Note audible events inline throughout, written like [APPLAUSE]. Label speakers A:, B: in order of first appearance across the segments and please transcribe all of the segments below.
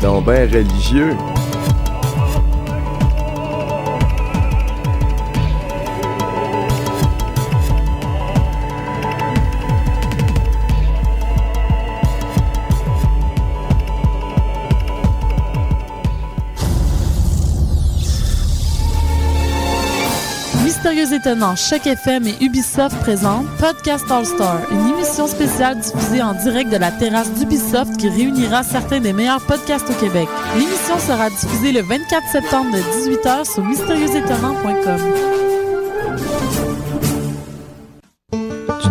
A: donc bien religieux.
B: Mystérieux Étonnant, Choc FM et Ubisoft présentent Podcast All Star, une émission spéciale diffusée en direct de la terrasse d'Ubisoft qui réunira certains des meilleurs podcasts au Québec. L'émission sera diffusée le 24 septembre de 18h sur mystérieuxétonnant.com.
C: Du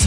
D: Tu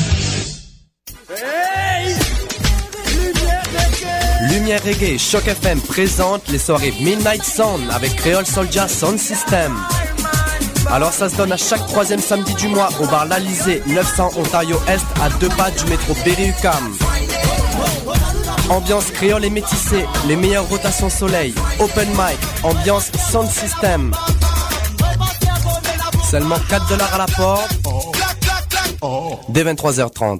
E: Hey! Lumière Reggae, Choc FM présente les soirées Midnight Sound avec Creole Soldier Sound System. Alors ça se donne à chaque troisième samedi du mois au bar L'Alizé, 900 Ontario Est, à deux pas du métro Berry-UQAM. Ambiance créole et métissée, les meilleures rotations soleil, open mic, ambiance sound system. Seulement 4 dollars à la porte, dès 23h30.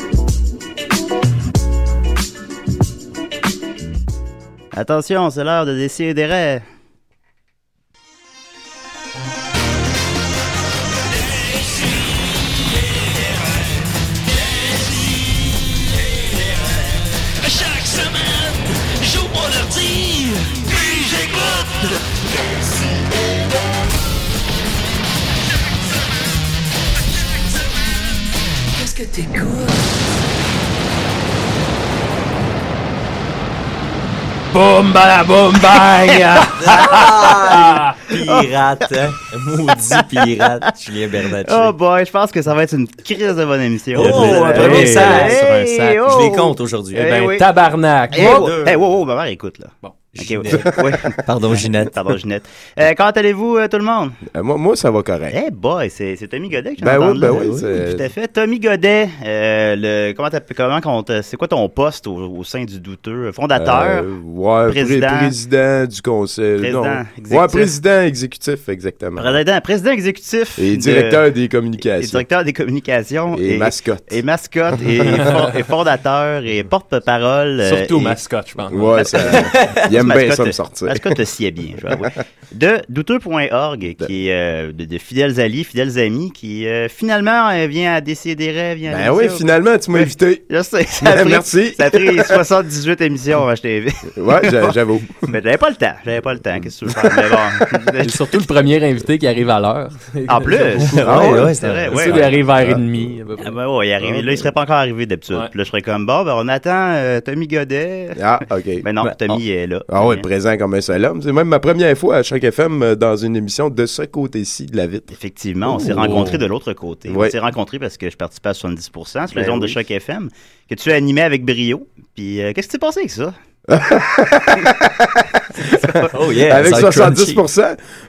F: Attention, c'est l'heure de décider des rêves.
G: Chaque semaine, j'ouvre mon ordi, puis j'écoute.
H: Qu'est-ce que t'écoutes?
I: Boum, bada,
F: Oh
I: boum,
J: [LAUGHS]
I: bang!
K: ah, pirate, hein? [LAUGHS] Maudit pirate, Julien Bernatchez.
F: Oh boy, je pense que ça va être une crise de bonne émission.
K: Oh, oh un premier sac, sur un sac. Oh. Je les compte aujourd'hui.
I: Eh ben, oui. tabarnak.
F: Eh, oh, hey, wow, wow, ma mère écoute, là.
K: Bon. Okay, ouais. ouais. Pardon, Ginette.
F: [LAUGHS] Pardon, Ginette. Euh, comment allez-vous, euh, tout le monde?
A: Euh, moi, moi, ça va correct.
F: Eh hey boy, c'est Tommy Godet que
A: j'entends. Ben oui, ben oui.
F: Tout à fait. Tommy Godet, euh, le, comment comment c'est quoi ton poste au, au, sein du douteux? euh,
A: Euh,
F: Fondateur?
J: Euh,
A: ouais, président, pré président du conseil.
F: Président
A: non. exécutif. Ouais, président exécutif, exactement.
F: Président, président exécutif.
A: Et directeur de, des communications. Et
F: directeur des communications.
A: Et, et mascotte.
F: Et mascotte,
J: [LAUGHS]
F: et, et, fondateur, et porte-parole.
I: Surtout mascotte, je pense.
J: [LAUGHS]
A: Ouais, ça.
F: J'aime
J: bien ça me sortir.
F: Mascotte euh, si bien, je vais avouer. De douteux.org, qui est euh, de, de fidèles alliés, fidèles amis, qui euh, finalement euh, vient à décider, vient à
J: Ben oui,
F: l'émission.
J: finalement, tu m'as invité.
F: Je
J: [LAUGHS]
F: sais, [LAUGHS] ça a
J: Ben,
F: pris-
J: merci.
F: Ça a pris 78 émissions à
J: [LAUGHS]
F: HTV.
J: Ouais, j'a- j'avoue.
F: Mais j'avais pas le temps. J'avais pas le temps. Qu'est-ce que tu veux faire? Mais
L: [LAUGHS]
F: bon.
L: Et surtout le premier invité qui arrive à l'heure.
F: En plus.
L: Ah ouais, ouais, c'est vrai.
F: ouais.
L: Ça, il arrive vers une demie. à peu près.
F: Ah ben ouais, il arrive. Là, il serait pas encore arrivé d'habitude.
L: Ouais.
F: Puis Là, je serais comme bon, ben on attend euh, Tommy Godet.
J: Ah, OK.
F: [LAUGHS] Ben non,
J: Ben,
F: Tommy est là.
J: Ah oui, présent comme un seul homme. C'est même ma première fois à chaque FM euh, dans une émission de ce côté-ci de la vitre.
F: Effectivement, on
K: Oh.
F: s'est rencontrés de l'autre côté.
J: Ouais.
F: On s'est rencontrés parce que je participais à 70% sur les
J: Ben
F: ondes de
J: oui.
F: Choc FM, que tu as animé avec brio. Puis euh, qu'est-ce qui s'est passé avec ça?
K: Oh yeah,
J: Avec
K: ça va être
J: 70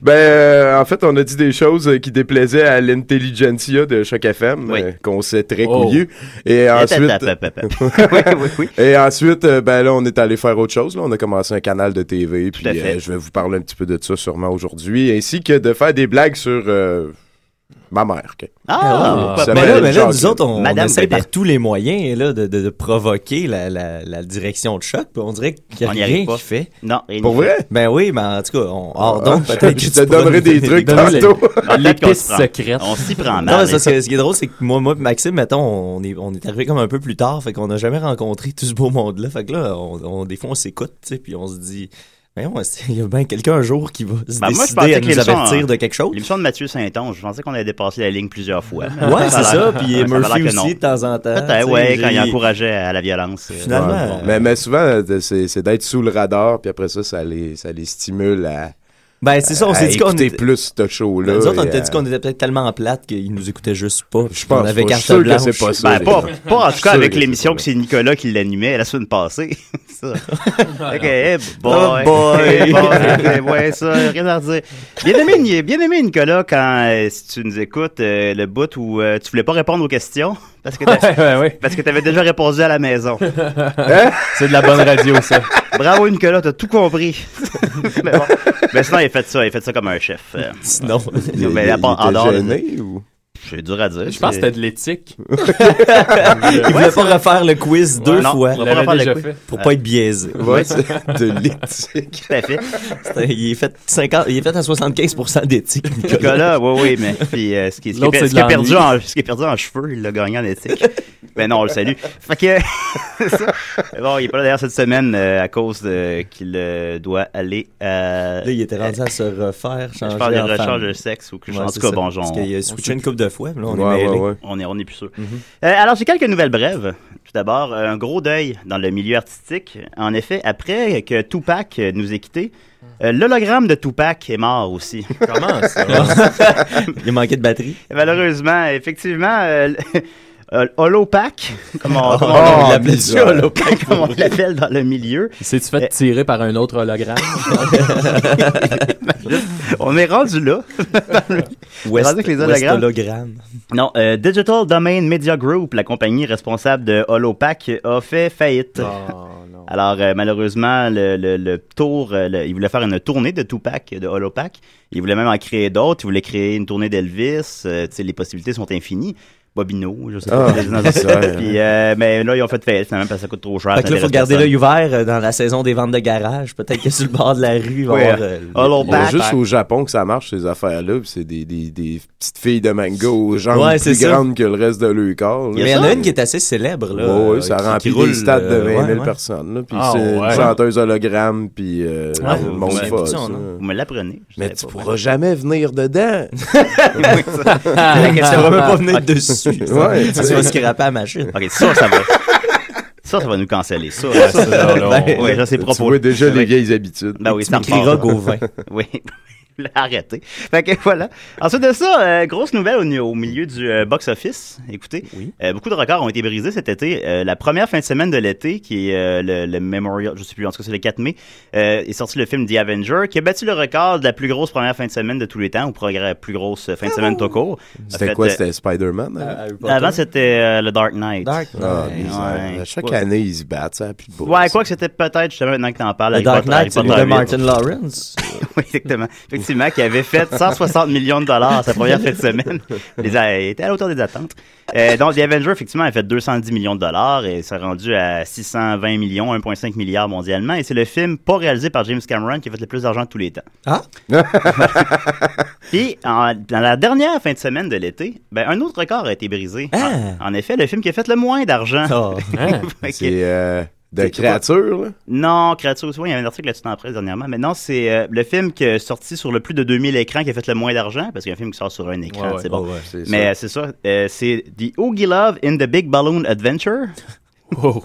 J: ben, euh, en fait, on a dit des choses euh, qui déplaisaient à l'intelligentsia de chaque FM,
F: Oui.
J: euh, qu'on sait très
L: Oh.
J: couillu. Et
K: Ah,
J: ensuite,
K: [LAUGHS]
F: oui, oui, oui.
J: et ensuite euh, ben là, on est allé faire autre chose. Là. On a commencé un canal de TV. Puis
F: à fait.
J: euh, je vais vous parler un petit peu de ça sûrement aujourd'hui, ainsi que de faire des blagues sur euh, ma mère. ok.
F: Ah,
J: Ça
K: mais là,
J: m'aide,
K: mais là,
J: Jacques.
K: nous autres, on, on
F: Madame
K: essaie
F: Godet.
K: par tous les moyens là, de, de- de provoquer la, la- la direction de choc. puis On dirait qu'il
F: On
K: n'y
F: y
K: a
F: arrive
K: rien
F: pas.
K: qui fait.
F: Non, rien
J: Pour
F: n'y
J: vrai?
K: Ben oui, mais en tout cas, on, hors d'onde,
J: Ah,
K: peut-être que
J: je
K: tu
J: te
K: pourras
J: donnerai
K: nous donner
J: des trucs
L: Donne-nous
J: tantôt.
K: [LAUGHS]
F: fait. Ah, peut-être qu'on
L: L'épice
F: se prend-
L: secrète.
F: On s'y prend
K: Non,
F: mal. hein.
K: mais ça, ce, que- ce qui est drôle, c'est que moi, moi et Maxime, mettons, on est, on est arrivé comme un peu plus tard, fait qu'on n'a jamais rencontré tout ce beau monde-là. Fait que là, on, on- des fois, on s'écoute, tu sais, puis on se dit, mais on, [LAUGHS] il y a bien quelqu'un un jour qui va se
F: Ben, moi, je
K: décider
F: pensais
K: à
F: que
K: nous
F: l'émission,
K: avertir
F: hein,
K: de quelque chose.
F: L'émission de Mathieu Saint-Onge, je pensais qu'on avait dépassé la ligne plusieurs fois.
K: Ouais, c'est ça, puis
F: Ouais, ça a l'air
K: Murphy
F: que non.
K: aussi, de temps en temps. tu
F: Peut-être,
K: sais,
F: ouais, quand il
K: j'ai-
F: encourageait à la violence. euh,
K: Finalement,
F: bon,
J: Mais, mais souvent, euh, c'est c'est d'être sous le radar, puis après ça, ça les, ça les stimule à,
K: Ben, c'est ça, on
J: à
K: s'est dit qu'on
J: écouter
K: était...
J: plus ce show-là.
K: nous autres, on
J: et
K: t'a
J: à-
F: euh.
K: dit qu'on était peut-être tellement plate qu'ils nous écoutaient juste pas.
J: Je pense
K: On avait
J: pas. Je
K: carte
J: suis sûr que
K: blanche.
J: c'est pas ça.
F: Ben,
J: les
F: pas,
J: gens.
F: pas en tout
J: suis
F: cas
J: sûr
F: avec
J: que
F: l'émission
J: c'est
F: que c'est Nicolas qui l'animait la semaine passée. [LAUGHS] ça. ok, hey,
K: Oh
F: boy.
K: boy.
L: [LAUGHS]
F: Hey, boy. Hey, ouais, ça, rien à redire. Bien aimé, Ni- bien aimé Nicolas, quand, euh, si tu nous écoutes, euh, le bout où euh, tu voulais pas répondre aux questions parce que t'as-
L: [LAUGHS] Ouais, ouais, ouais.
F: parce que t'avais déjà répondu à
L: [LAUGHS]
F: la maison.
L: C'est de la bonne radio, ça.
F: Bravo Nicolas, t'as tout
L: [LAUGHS]
F: compris. mais, bon. mais sinon, il a fait ça, il a fait ça comme un chef. euh,
K: [LAUGHS]
L: [LAUGHS]
K: Sinon,
J: Il,
F: mais
J: il-
F: à part-
J: il
F: en
J: était
F: dehors de-
K: [LAUGHS]
J: gêné, ou...
F: C'est dur à dire.
L: Je pense que
F: c'est-
L: c'était de l'éthique.
K: il voulait pas refaire le quiz deux
F: non.
K: fois
F: On
L: On
F: va pas
L: l'avait déjà
F: faire le
L: fait.
K: pour pas être biaisé.
J: Ouais, c'est [LAUGHS] de l'éthique.
F: tout à fait.
K: C'était- Il est fait 50, il est fait à 75% d'éthique. [LAUGHS]
F: Nicolas, oui, oui, mais puis, euh, ce qui, ce qui
L: L'autre,
F: est,
L: c'est
F: ce
L: de
F: qui est
L: l'ennui.
F: perdu en, ce qui est perdu en cheveux, il l'a gagné en
K: [LAUGHS]
F: éthique. mais non, on le salue. Fait que, [LAUGHS] c'est ça. Bon, il est pas là d'ailleurs cette semaine euh, à cause de- qu'il euh, doit aller à.
K: Là, il était rendu à se refaire,
F: je
K: changer
F: parle de
K: en femme.
F: recharge de sexe ou que
K: Ouais,
F: en tout
K: c'est
F: cas,
K: ça.
F: bon, genre,
K: Parce
F: on-
K: qu'il a switché une couple de fois, puis là, on
J: Ouais,
K: est
J: ouais,
K: mêlés.
J: ouais.
F: On est, on est plus sûr.
K: Mm-hmm.
F: Euh, alors, j'ai quelques nouvelles brèves. Tout d'abord, euh, un gros deuil dans le milieu artistique. En effet, après que Tupac euh, nous ait quittés, euh, l'hologramme de Tupac est mort aussi.
L: Comment ça?
K: Il manquait de batterie.
F: Malheureusement, effectivement, euh, euh, [LAUGHS] Holopac, comme on, comme on-
K: Oh,
J: Oh,
K: il l'appelait ça,
J: bizarre.
K: là.
F: [LAUGHS] comme on l'appelle dans le milieu,
L: Il s'est-tu fait tirer par un autre hologramme?
F: on est rendu là.
K: Ouest,
F: rendu avec les
K: Ouest
F: hologrammes.
K: hologramme.
F: Non, euh, Digital Domain Media Group, la compagnie responsable de Holopac, a fait faillite. [LAUGHS]
L: Oh, non.
F: Alors, euh, malheureusement, le, le- le tour, euh, le- il voulait faire une tournée de Tupac, de Holopac. Il voulait même en créer d'autres. Il voulait créer une tournée d'Elvis. Euh, tu sais, les possibilités sont infinies. Bobino, je sais pas.
J: Ah,
F: Président de-
K: [LAUGHS]
J: bizarre.
F: Puis, euh, mais là, ils ont fait faillite finalement parce que ça coûte trop cher.
K: Fait que là,
F: ça
K: faut garder
F: intéresse
K: l'œil ouvert euh, dans la saison des ventes de garage. Peut-être que sur le bord de la rue, il va y
F: Ouais.
K: avoir... euh, le-
J: Il y a
F: Holopac.
J: juste au Japon que ça marche, ces affaires-là. puis C'est des, des, des petites filles de mango aux jambes
K: Ouais, c'est
J: plus
K: ça.
J: grandes que le reste de leur corps. là.
K: Mais il y en a une qui est assez célèbre, là.
J: Ouais, ouais,
K: euh,
J: ça
K: qui- qui
J: remplit
K: roule,
J: des stades de
K: euh,
J: 20 000
K: ouais, ouais. [LAUGHS]
J: personnes. là, puis
L: Ah,
J: c'est une
L: ouais.
J: chanteuse hologramme, puis euh,
K: Ouais,
J: le
K: vous
J: monde
K: m'avez
J: va,
K: dit ça,
J: ça.
K: non?
F: Vous me l'apprenez. je
J: Mais
F: savais
J: tu
F: pas.
J: pourras jamais venir dedans.
K: La question va même pas venir dessus.
J: Ah, Ouais,
K: tu vas scraper à la machine.
F: Ok, ça, ça va. ça, ça va nous canceller. Ça, ça,
L: ça, là,
F: ben,
L: on-
F: ouais, ça, c'est
J: Tu
F: propos.
J: vois déjà
F: C'est
J: les
F: vrai.
J: vieilles habitudes.
F: Ben oui,
K: Tu
F: ça
K: m'écriras
F: repart.
K: Gauvin.
F: [LAUGHS] Oui. Arrêtez. Fait que voilà. Ensuite de ça, euh, grosse nouvelle au, ni- au milieu du euh, box-office. Écoutez,
K: Oui.
F: euh, beaucoup de records ont été brisés cet été. Euh, la première fin de semaine de l'été, qui est euh, le, le Memorial, je sais plus, en tout cas c'est le 4 mai, euh, est sorti le film The Avenger, qui a battu le record de la plus grosse première fin de semaine de tous les temps, ou progrès plus grosse euh, fin de
K: Ah
F: semaine tout court. En
J: C'était
F: fait,
J: quoi?
F: euh,
J: C'était Spider-Man? hein?
F: Avant, c'était euh, le Dark Knight.
K: Dark
J: Ah,
K: Knight.
J: bizarre.
F: ouais.
J: À Chaque
F: Ouais.
J: année, ils se battent, ça a plus de beau.
F: Ouais, quoi que c'était peut-être, justement, maintenant que t'en parles,
K: Le
F: Harry
K: Dark
F: Potter- Harry
K: Knight, c'est
F: Potter
K: de
F: huit.
K: Martin Lawrence.
F: [LAUGHS] oui, exactement. Fait que effectivement, qui avait fait 160 millions de dollars à sa première fin de semaine. Les a- était à la hauteur des attentes. Euh, donc, The Avenger, effectivement, a fait 210 millions de dollars et s'est rendu à 620 millions, 1,5 milliard mondialement. Et c'est le film pas réalisé par James Cameron qui a fait le plus d'argent de tous les temps.
K: Ah?
F: Puis, en- dans la dernière fin de semaine de l'été, ben, un autre record a été brisé. En, en effet, le film qui a fait le moins d'argent. [LAUGHS]
K: hein,
F: Fait que-
A: C'est euh, de
F: C'est-
A: créatures, là.
F: non, Créature aussi, oui, il y avait un article là-dessus dans la presse dernièrement. Mais non, c'est euh, le film qui est sorti sur le plus de 2000 écrans qui a fait le moins d'argent, parce qu'il y a un film qui sort sur un écran,
K: Ouais, ouais,
F: c'est bon.
K: ouais, ouais, c'est
F: Mais euh, c'est ça, euh, c'est The Oogie Love in the Big Balloon Adventure.
K: [LAUGHS] Wow.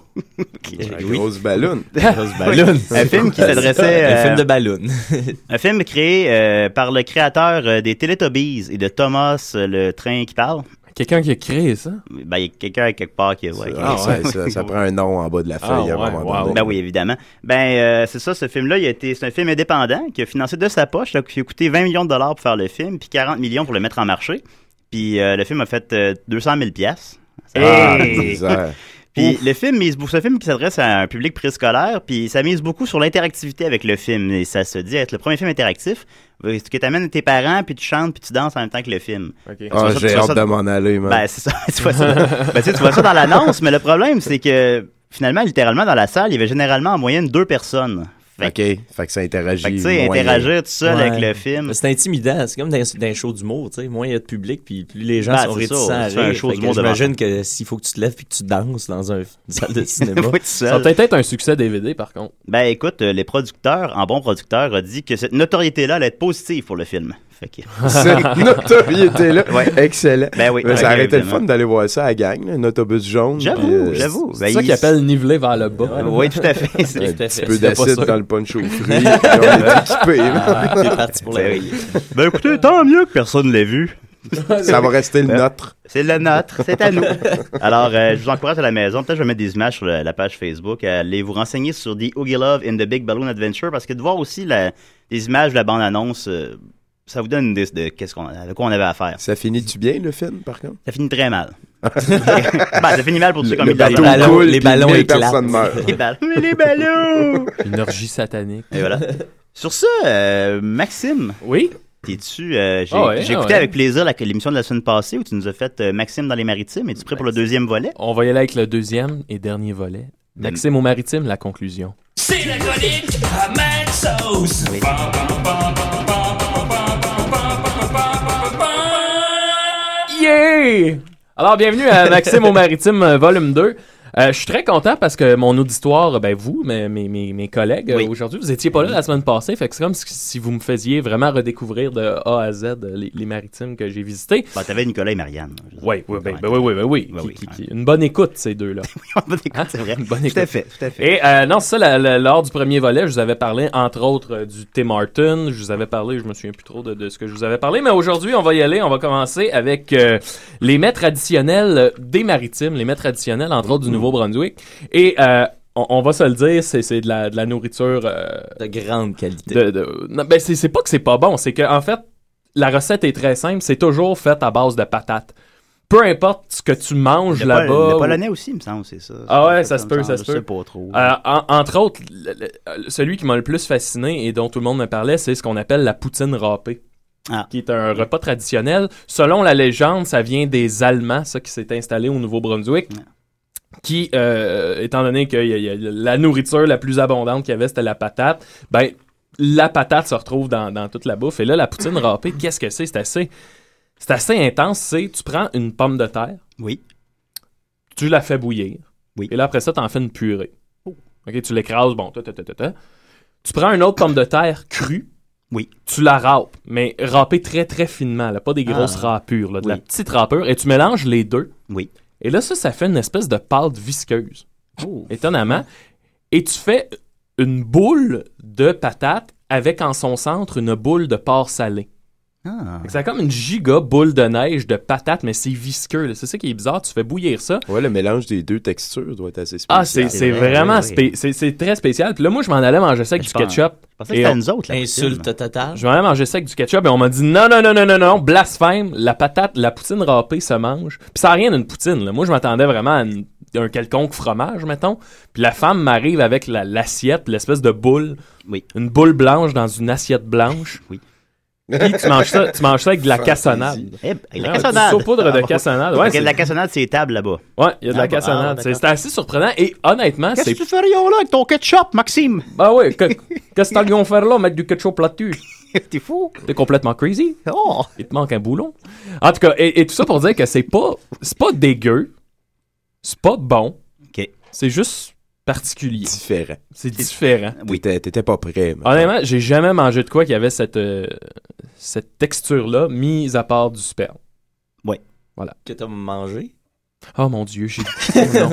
A: La grosse ballonne.
K: Grosse
F: [LAUGHS]
K: ballonne.
F: un film qui s'adressait...
K: Un
F: euh,
K: film de [LAUGHS] ballon.
F: un film créé euh, par le créateur euh, des Teletubbies et de Thomas, euh, le train qui parle.
I: Quelqu'un qui a créé ça?
F: Ben, il y a quelqu'un quelque part qui... Ouais, qui-
A: Ah, ouais, ça, ça prend un nom en bas de la feuille à un
I: ouais,
A: moment
I: wow.
A: donné.
F: Ben oui, évidemment. Ben, euh, c'est ça, ce film-là, il a été, c'est un film indépendant qui a financé de sa poche, là, qui a coûté 20 millions de dollars pour faire le film, puis 40 millions pour le mettre en marché. Puis euh, le film a fait euh, 200 000 piastres.
A: Ah,
F: Hey!
A: misère.
F: Puis le film mise, ce film qui s'adresse à un public préscolaire, puis ça mise beaucoup sur l'interactivité avec le film. Et ça se dit être le premier film interactif, euh, que t'amènes tes parents, puis tu chantes, puis tu danses en même temps que le film.
A: Ah,
F: [LAUGHS] Tu vois ça- tu
A: j'ai
F: vois
A: hâte
F: ça-
A: de m'en aller, man.
F: ben, c'est ça. [LAUGHS] tu, vois ça dans- ben, tu sais, tu vois ça dans l'annonce, mais le problème, c'est que finalement, littéralement, dans la salle, il y avait généralement en moyenne deux personnes. Fait,
A: OK. Fait que ça interagit.
F: fait que, tu sais,
A: moyen. [LAUGHS]
F: interagir tout seul avec
K: Ouais.
F: le [LAUGHS] film.
K: C'est intimidant. C'est comme dans, dans un show d'humour, tu sais. Moins il y a de public, puis plus les gens
F: Ben,
K: sont
F: c'est ça,
K: réticents à
F: tu fais un
K: rire.
F: show
K: Fait que
F: d'humour devant-
K: J'imagine que s'il faut que tu te lèves puis que tu danses dans un- [LAUGHS] une
F: [LAUGHS]
K: salle de cinéma.
F: Faut être
I: Ça va
F: seul.
I: peut-être être un succès DVD, par contre.
F: Ben écoute, euh, les producteurs, en bon producteur, a dit que cette notoriété-là allait être positive pour le film. Fait que,
A: Cette
F: [LAUGHS]
A: notoriété-là. Excellent.
F: ben
J: [LAUGHS]
F: oui.
A: Ben, ça aurait été le
F: évidemment.
A: fun d'aller voir ça à la gang, là, un autobus jaune.
F: J'avoue,
A: puis, euh,
F: j'avoue.
I: C'est
F: Ben,
I: ça
F: il-
I: qu'ils appellent niveler vers le bas.
F: Oui, tout à fait. C'est-
A: Un
I: Tout à
A: petit
I: fait.
A: peu
I: C'était pas
A: d'acide
I: sûr.
A: dans le punch aux
F: [LAUGHS]
A: fruits. puis on est équipé.
F: Ah,
A: là.
K: C'est parti pour la
F: Ben oui. Ben écoutez, tant mieux que personne ne l'ait vu.
A: Ça va rester le nôtre.
F: C'est le nôtre, c'est à nous. Alors, euh, je vous encourage à la maison. Peut-être que je vais mettre des images sur la, la page Facebook. Euh, Allez vous renseigner sur The Oogie Love in the Big Balloon Adventure parce que de voir aussi la, des images de la bande-annonce, euh, ça vous donne une idée de, qu'est-ce qu'on, de quoi on avait à faire.
A: Ça finit-tu bien, le film, par contre?
F: Ça finit très mal. [LAUGHS] ben, ça finit mal pour ceux qui ont mis
K: bateau.
F: des
K: ballons- les
A: puis
K: ballons
A: mille
K: éclatent.
A: personnes meurent.
F: [LAUGHS] Les ballons. Mais les ballons!
I: Une orgie satanique.
F: Et voilà. Sur ce, euh, Maxime,
I: Oui?
F: t'es-tu. euh, j'ai,
I: Ah ouais,
F: j'ai
I: ah
F: écouté
I: ouais.
F: avec plaisir la- l'émission de la semaine passée où tu nous as fait euh, Maxime dans les maritimes. Es-tu prêt pour le deuxième volet?
I: On va y aller avec le deuxième et dernier volet. Mm. Maxime au maritime, la conclusion.
G: C'est la chronique à Mad Sauce.
I: Yeah! Alors, bienvenue à Maxime au Maritime euh, volume 2. Euh, je suis très content parce que mon auditoire, euh, ben vous, mes, mes, mes, mes collègues, euh,
F: Oui.
I: aujourd'hui, vous étiez pas là la semaine passée, fait que c'est comme si, si vous me faisiez vraiment redécouvrir de A à Z euh, les, les maritimes que j'ai visités.
F: Bah, t'avais Nicolas et Marianne.
I: Oui, oui, ben, ben oui, oui, ben oui.
F: Ben
I: Qui-
F: oui,
I: qui-
F: hein.
I: qui- une bonne écoute, ces deux-là.
F: [LAUGHS] Bonne écoute, c'est
I: [LAUGHS]
F: vrai.
I: Une bonne
F: Tout à
I: écoute.
F: fait, tout à fait.
I: Et euh, non, c'est ça, la- la- lors du premier volet, je vous avais parlé, entre autres, euh, du Tim Martin. Je vous avais parlé, je me souviens plus trop de, de ce que je vous avais parlé, mais aujourd'hui, on va y aller. On va commencer avec euh, les mets traditionnels euh, des maritimes, les mets traditionnels, entre autres, du Nouveau-Brunswick. Et euh, on, on va se le dire, c'est c'est de la, de la nourriture... euh,
K: De grande qualité.
I: de, de- non, ben c'est c'est pas que c'est pas bon, c'est que en fait, la recette est très simple, c'est toujours faite à base de patates. Peu importe ce que tu manges
F: Le Pol-
I: là-bas...
F: Le
I: ou-
F: polonais aussi, il me semble, c'est ça.
I: Ah ouais,
F: C'est
I: ça se
F: me
I: peut,
F: semble,
I: ça se
F: Je sais
I: peut.
F: pas trop.
I: Euh, en- entre autres, le- le- le- celui qui m'a le plus fasciné et dont tout le monde me parlait, c'est ce qu'on appelle la poutine râpée.
F: Ah.
I: Qui est un repas traditionnel. Selon la légende, ça vient des Allemands, ça qui s'est installé au Nouveau-Brunswick.
F: Ouais.
I: Qui, euh, étant donné que y a- y a- la nourriture la plus abondante qu'il y avait, c'était la patate, ben, la patate se retrouve dans, dans toute la bouffe. Et là, la poutine râpée, qu'est-ce que c'est? C'est assez, c'est assez intense. C'est, tu prends une pomme de terre,
F: Oui.
I: tu la fais bouillir.
F: Oui.
I: Et là, après ça, t'en fais une purée. OK, tu l'écrases, bon, ta, ta, ta, ta, ta. Tu prends une autre pomme de terre crue.
F: Oui.
I: Tu la râpes, mais râpée très, très finement, là, pas des grosses râpures, là, de la
F: Ah. Oui.
I: petite râpure. Et tu mélanges les deux.
F: Oui.
I: Et là, ça, ça fait une espèce de pâte visqueuse.
F: Oh.
I: Étonnamment. Et tu fais une boule de patates avec en son centre une boule de porc salé.
F: Ah.
I: Fait que C'est comme une giga boule de neige de patates, mais c'est visqueux. là. C'est ça qui est bizarre. Tu fais bouillir ça.
A: Ouais, le mélange des deux textures doit être assez spécial.
I: Ah, c'est
F: c'est
I: c'est
F: vrai,
I: vraiment
F: oui,
I: spé- c'est- c'est très spécial. Puis là, moi, je m'en allais manger ça avec
F: Je
I: du
F: pense-
I: ketchup.
F: Je pensais que
I: Et
F: c'était
I: on-
F: nous autres, la poutine.
K: Insulte totale.
I: Je m'en allais manger ça avec du ketchup et on m'a dit non, non, non, non, non, non, blasphème. La patate, la poutine râpée se mange. Puis ça n'a rien d'une poutine. là. Moi, je m'attendais vraiment à une- un quelconque fromage, mettons. Puis la femme m'arrive avec la- l'assiette, l'espèce de boule.
F: Oui.
I: Une boule blanche dans une assiette blanche.
F: Oui.
I: Puis tu manges ça, tu manges ça avec de la cassonade.
F: Eh, avec de la
I: Ouais,
F: cassonade.
I: du saupoudre de
F: [LAUGHS] Ah,
I: cassonade.
F: Fait
I: Ouais,
F: que
I: c'est-
F: de la cassonade, c'est les tables là-bas.
I: Ouais, il y a
F: Ah,
I: de la cassonade. C'est- C'était assez surprenant et honnêtement,
F: bah, Qu'est-ce
I: c'est.
F: que tu fais là avec ton ketchup, Maxime?
I: Bah ouais, que-
F: [LAUGHS]
I: qu'est-ce que t'as lion faire là, mettre du ketchup là-dessus?
F: T'es fou?
I: T'es complètement crazy.
F: Oh!
I: Il te manque un boulon. En tout cas, et, et tout ça pour dire que c'est pas, c'est pas dégueu, c'est pas bon.
F: Ok.
I: C'est juste particulier.
J: Différent.
I: C'est différent.
J: Oui. T'étais pas prêt. mais-
I: Honnêtement, j'ai jamais mangé de quoi qui avait cette, euh, cette texture-là, mise à part du sperme.
K: Que t'as mangé?
I: Oh mon dieu, j'ai. non.